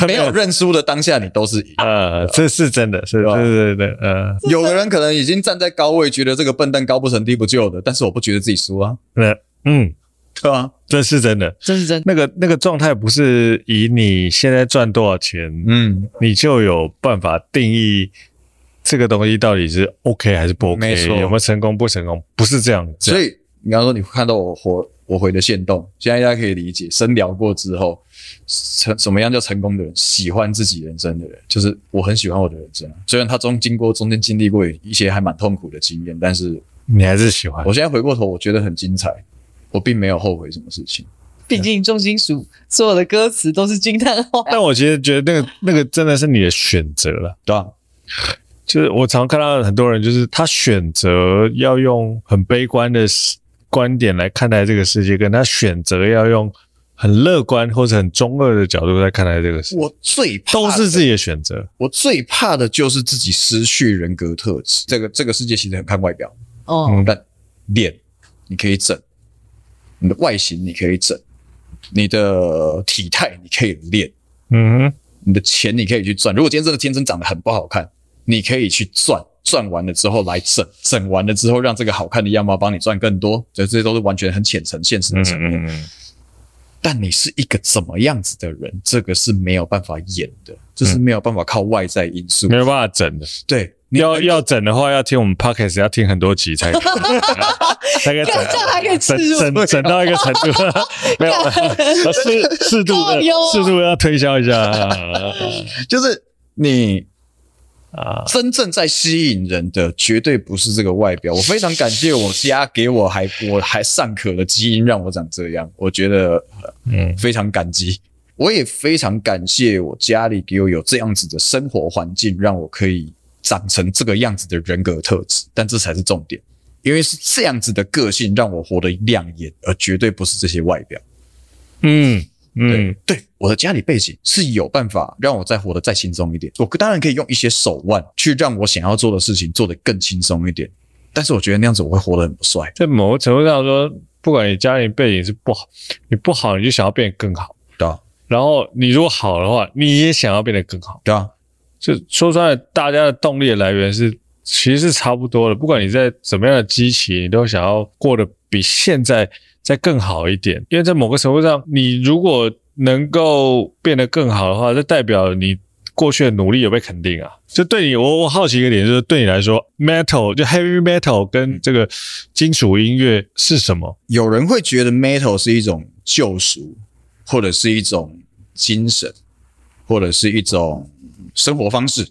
没有认输的当下你都是赢。呃，这是真的，是，啊吧对对对，呃，有的人可能已经站在高位，觉得这个笨蛋高不成低不就的，但是我不觉得自己输啊，那嗯，对吧、啊？这是真的。这是真的，那个那个状态不是以你现在赚多少钱，嗯，你就有办法定义这个东西到底是 OK 还是不没 OK，错有没有成功不成功，不是这样的。所以你刚刚说你看到我活我回的线动，现在大家可以理解，深聊过之后，成什么样叫成功的人，喜欢自己人生的人，就是我很喜欢我的人生啊，虽然他中经过中间经历过一些还蛮痛苦的经验，但是你还是喜欢我现在回过头，我觉得很精彩，我并没有后悔什么事情。毕竟重金属所有的歌词都是惊叹号。但我其实觉得那个那个真的是你的选择了。对啊，就是我常看到很多人，就是他选择要用很悲观的视观点来看待这个世界，跟他选择要用很乐观或者很中二的角度来看待这个世界，我最怕都是的自己的选择。我最怕的就是自己失去人格特质。这个这个世界其实很看外表，哦，嗯，但脸你可以整，你的外形你可以整，你的体态你可以练，嗯哼，你的钱你可以去赚。如果今天真的天真长得很不好看，你可以去赚，赚完了之后来整，整完了之后让这个好看的样貌帮你赚更多。这这都是完全很浅层现实的嗯层面。嗯嗯，但你是一个怎么样子的人，这个是没有办法演的，这是没有办法靠外在因素。没有办法整的。对，你要要整的话，要听我们 podcast，要听很多集 才可以才可以整这样还可以整吃入整整到一个程 度，没有适适度靠的腰啊适度要推销一下啊就是你啊！真正在吸引人的，绝对不是这个外表。我非常感谢我家给我还我还尚可的基因让我长这样，我觉得呃嗯非常感激。我也非常感谢我家里给我有这样子的生活环境，让我可以长成这个样子的人格特质。但这才是重点，因为是这样子的个性让我活得亮眼，而绝对不是这些外表。嗯嗯对，对，我的家里背景是有办法让我再活得再轻松一点。我当然可以用一些手腕去让我想要做的事情做得更轻松一点，但是我觉得那样子我会活得很不帅。在某个程度上说，不管你家庭背景是不好，你不好你就想要变得更好，对啊，然后你如果好的话，你也想要变得更好。对啊，就说穿了，大家的动力的来源是其实是差不多的，不管你在怎么样的基期，你都想要过得比现在再更好一点，因为在某个程度上，你如果能够变得更好的话，这代表你。过去的努力有被肯定啊，就对你，我我好奇一个点，就是对你来说，metal 就 heavy metal 跟这个金属音乐是什么？有人会觉得 metal 是一种救赎，或者是一种精神，或者是一种生活方式。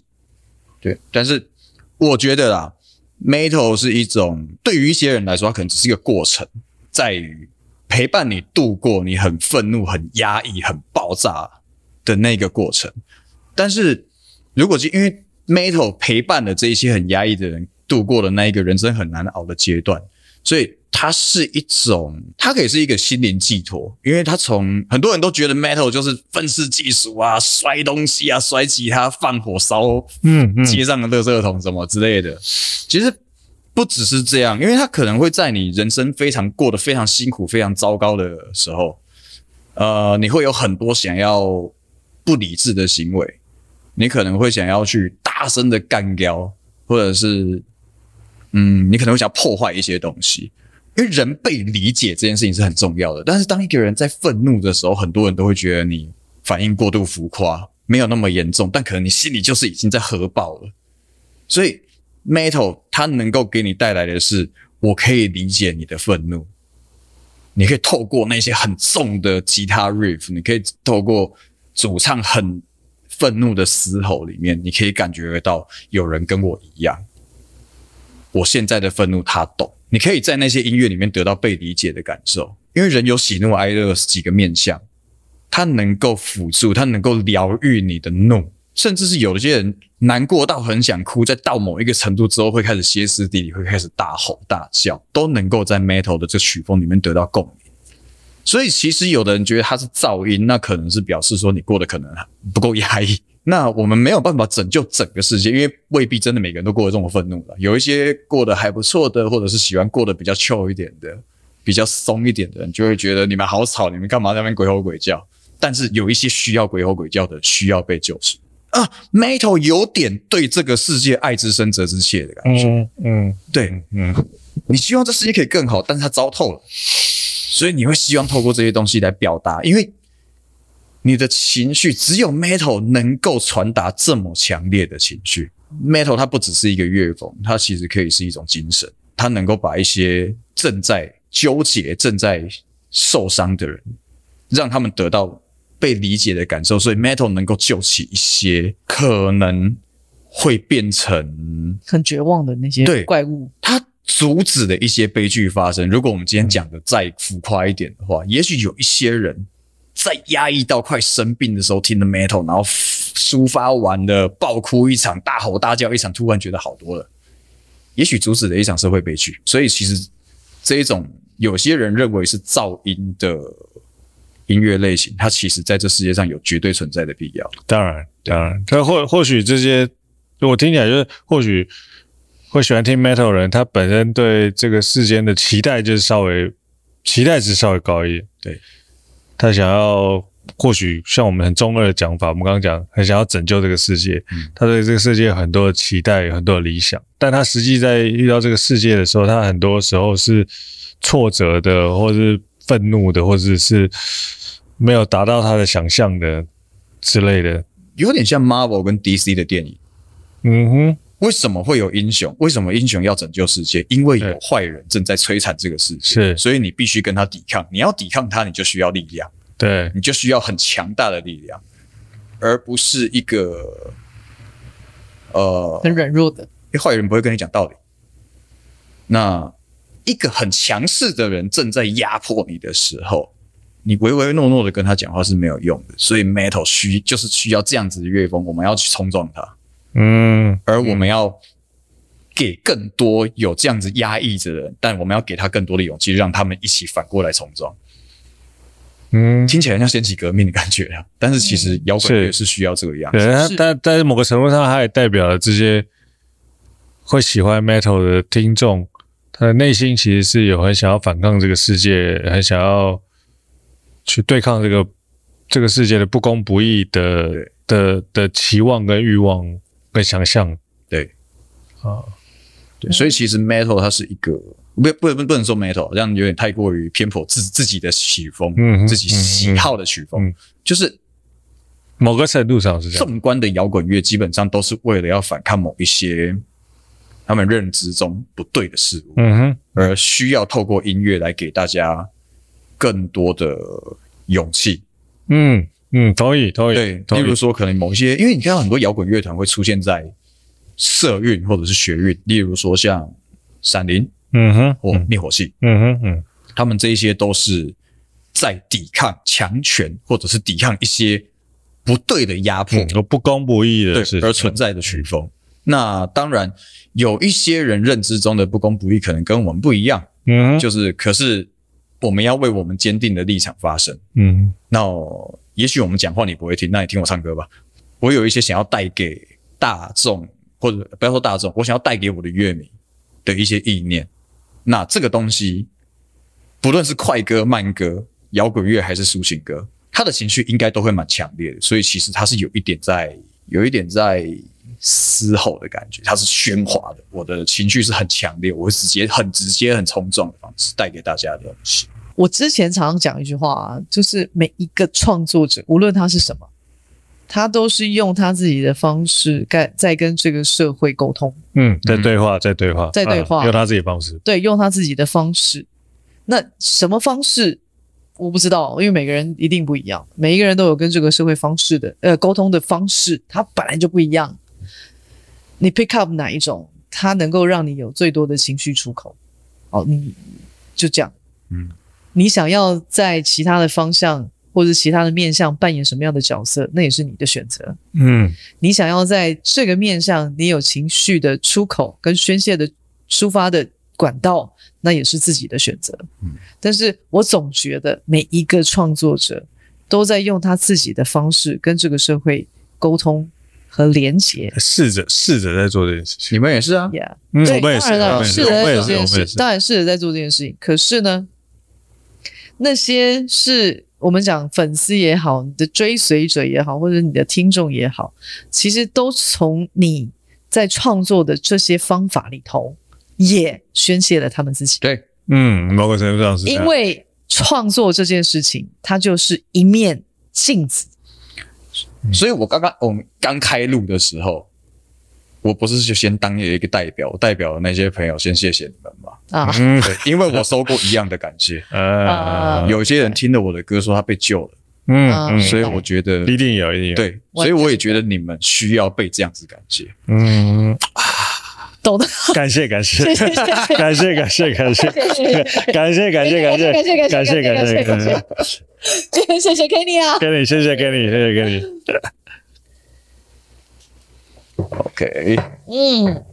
对，但是我觉得啦，metal 是一种对于一些人来说，它可能只是一个过程，在于陪伴你度过你很愤怒、很压抑、很爆炸的那个过程。但是如果是因为 metal 陪伴了这一些很压抑的人度过了那一个人生很难熬的阶段，所以它是一种，它可以是一个心灵寄托，因为它从很多人都觉得 metal 就是愤世嫉俗啊，摔东西啊，摔吉他、放火烧嗯嗯街上的垃圾桶什么之类的。其实不只是这样，因为它可能会在你人生非常过得非常辛苦、非常糟糕的时候，呃，你会有很多想要不理智的行为，你可能会想要去大声的干掉，或者是嗯，你可能会想破坏一些东西。因为人被理解这件事情是很重要的，但是当一个人在愤怒的时候，很多人都会觉得你反应过度浮夸，没有那么严重，但可能你心里就是已经在核爆了。所以 metal 它能够给你带来的是，我可以理解你的愤怒，你可以透过那些很重的吉他 riff，你可以透过主唱很愤怒的嘶吼里面，你可以感觉到有人跟我一样，我现在的愤怒他懂。你可以在那些音乐里面得到被理解的感受，因为人有喜怒哀乐几个面相，它能够辅助，它能够疗愈你的怒，甚至是有一些人难过到很想哭，在到某一个程度之后会开始歇斯底里，会开始大吼大叫，都能够在 metal 的这曲风里面得到共鸣。所以其实有的人觉得它是噪音，那可能是表示说你过得可能不够压抑。那我们没有办法拯救整个世界，因为未必真的每个人都过得这么愤怒的。 有一些过得还不错的，或者是喜欢过得比较 chill 一点的、比较松一点的人，就会觉得你们好吵，你们干嘛在那边鬼吼鬼叫？但是有一些需要鬼吼鬼叫的，需要被救赎啊。Metal 有点对这个世界爱之深责之切的感觉。嗯嗯对嗯，你希望这世界可以更好，但是它糟透了，所以你会希望透过这些东西来表达，因为你的情绪只有 metal 能够传达这么强烈的情绪。metal 它不只是一个乐风，它其实可以是一种精神，它能够把一些正在纠结、正在受伤的人，让他们得到被理解的感受，所以 metal 能够救起一些可能会变成很绝望的那对些怪物，它阻止了一些悲剧发生。如果我们今天讲的再浮夸一点的话，也许有一些人在压抑到快生病的时候听的 metal，然后抒发完了爆哭一场，大吼大叫一场，突然觉得好多了，也许阻止了一场社会悲剧。所以其实这一种有些人认为是噪音的。音乐类型，它其实在这世界上有绝对存在的必要。当然当然，但或或许这些我听起来就是或许会喜欢听 metal 的人，他本身对这个世间的期待就是稍微期待值稍微高一点，对他想要。或许像我们很中二的讲法，我们刚刚讲很想要拯救这个世界，嗯他对这个世界有很多的期待，有很多的理想，但他实际在遇到这个世界的时候，他很多时候是挫折的，或是愤怒的，或者是没有达到他的想象的之类的。有点像 Marvel 跟 DC 的电影，嗯哼，为什么会有英雄？为什么英雄要拯救世界？因为有对坏人正在摧残这个世界，是所以你必须跟他抵抗。你要抵抗他，你就需要力量，对，你就需要很强大的力量，而不是一个呃，很软弱的。因为坏人不会跟你讲道理。那一个很强势的人正在压迫你的时候，你唯唯诺诺的跟他讲话是没有用的。所以 Metal 需就是需要这样子的乐风，我们要去冲撞他。嗯，而我们要给更多有这样子压抑着的人，但我们要给他更多的勇气，让他们一起反过来重装。嗯，听起来像掀起革命的感觉啊，但是其实摇滚乐是是需要这个样对，子。他是但但是某个程度上，他也代表了这些会喜欢 metal 的听众，他的内心其实是有很想要反抗这个世界，很想要去对抗这个这个世界的不公不义的对的的期望跟欲望跟想象。对啊，对，所以其实 metal 它是一个不不不不能说 metal，这样有点太过于偏颇自自己的曲风，嗯嗯自己喜好的曲风，嗯嗯就是某个程度上是这样。纵观的摇滚乐基本上都是为了要反抗某一些他们认知中不对的事物。嗯哼，而需要透过音乐来给大家更多的勇气。嗯嗯，同意同意。对，同例意如说可能某一些，因为你看到很多摇滚乐团会出现在社运或者是学运，例如说像闪灵嗯哼，或嗯灭火器，嗯哼嗯他们这一些都是在抵抗强权或者是抵抗一些不对的压迫。嗯，有不公不义的对事情而存在的曲风。那当然，有一些人认知中的不公不义，可能跟我们不一样，嗯哼就是，可是我们要为我们坚定的立场发声。嗯那也许我们讲话你不会听，那你听我唱歌吧。我有一些想要带给大众，或者不要说大众，我想要带给我的乐迷的一些意念。那这个东西，不论是快歌、慢歌、摇滚乐还是抒情歌，他的情绪应该都会蛮强烈的。所以其实他是有一点在，有一点在嘶吼的感觉，它是喧哗的。我的情绪是很强烈，我会直接、很直接、很冲撞的方式带给大家的东西。我之前常常讲一句话、啊，就是每一个创作者，无论他是什么，他都是用他自己的方式在在跟这个社会沟通，嗯，在嗯对话，在对话，在对嗯话用他自己的方式。对，用他自己的方式。那什么方式？我不知道，因为每个人一定不一样，每一个人都有跟这个社会方式的呃沟通的方式，它本来就不一样。你 pick up 哪一种，它能够让你有最多的情绪出口？哦，你就这样，嗯，你想要在其他的方向或者其他的面向扮演什么样的角色，那也是你的选择。嗯你想要在这个面上，你有情绪的出口跟宣泄的抒发的管道，那也是自己的选择。嗯但是我总觉得每一个创作者都在用他自己的方式跟这个社会沟通和连接。试着试着在做这件事情。你们也是啊， Yeah，嗯，对我们也当是，然我了们也是是，的我们也在做这是，我件们也事，是。当然是的在做这件事情。可是呢，那些是我们讲粉丝也好，你的追随者也好，或者你的听众也好，其实都从你在创作的这些方法里头，也宣泄了他们自己。对，嗯，某个程度上是这样因为创作这件事情，它就是一面镜子。所以我刚刚我们刚开录的时候，我不是就先当一个代表，我代表那些朋友先谢谢你们嘛，啊，嗯，对，因为我收过一样的感谢，呃，有些人听了我的歌说他被救了，嗯嗯嗯，所以我觉得一定有，一定有，，对，所以我也觉得你们需要被这样子感谢。嗯，懂的。感谢感谢感谢感谢感谢感谢感谢感谢感谢感谢感谢感谢， 谢谢 Kenny 啊，给你谢谢给你谢谢给你， OK，嗯，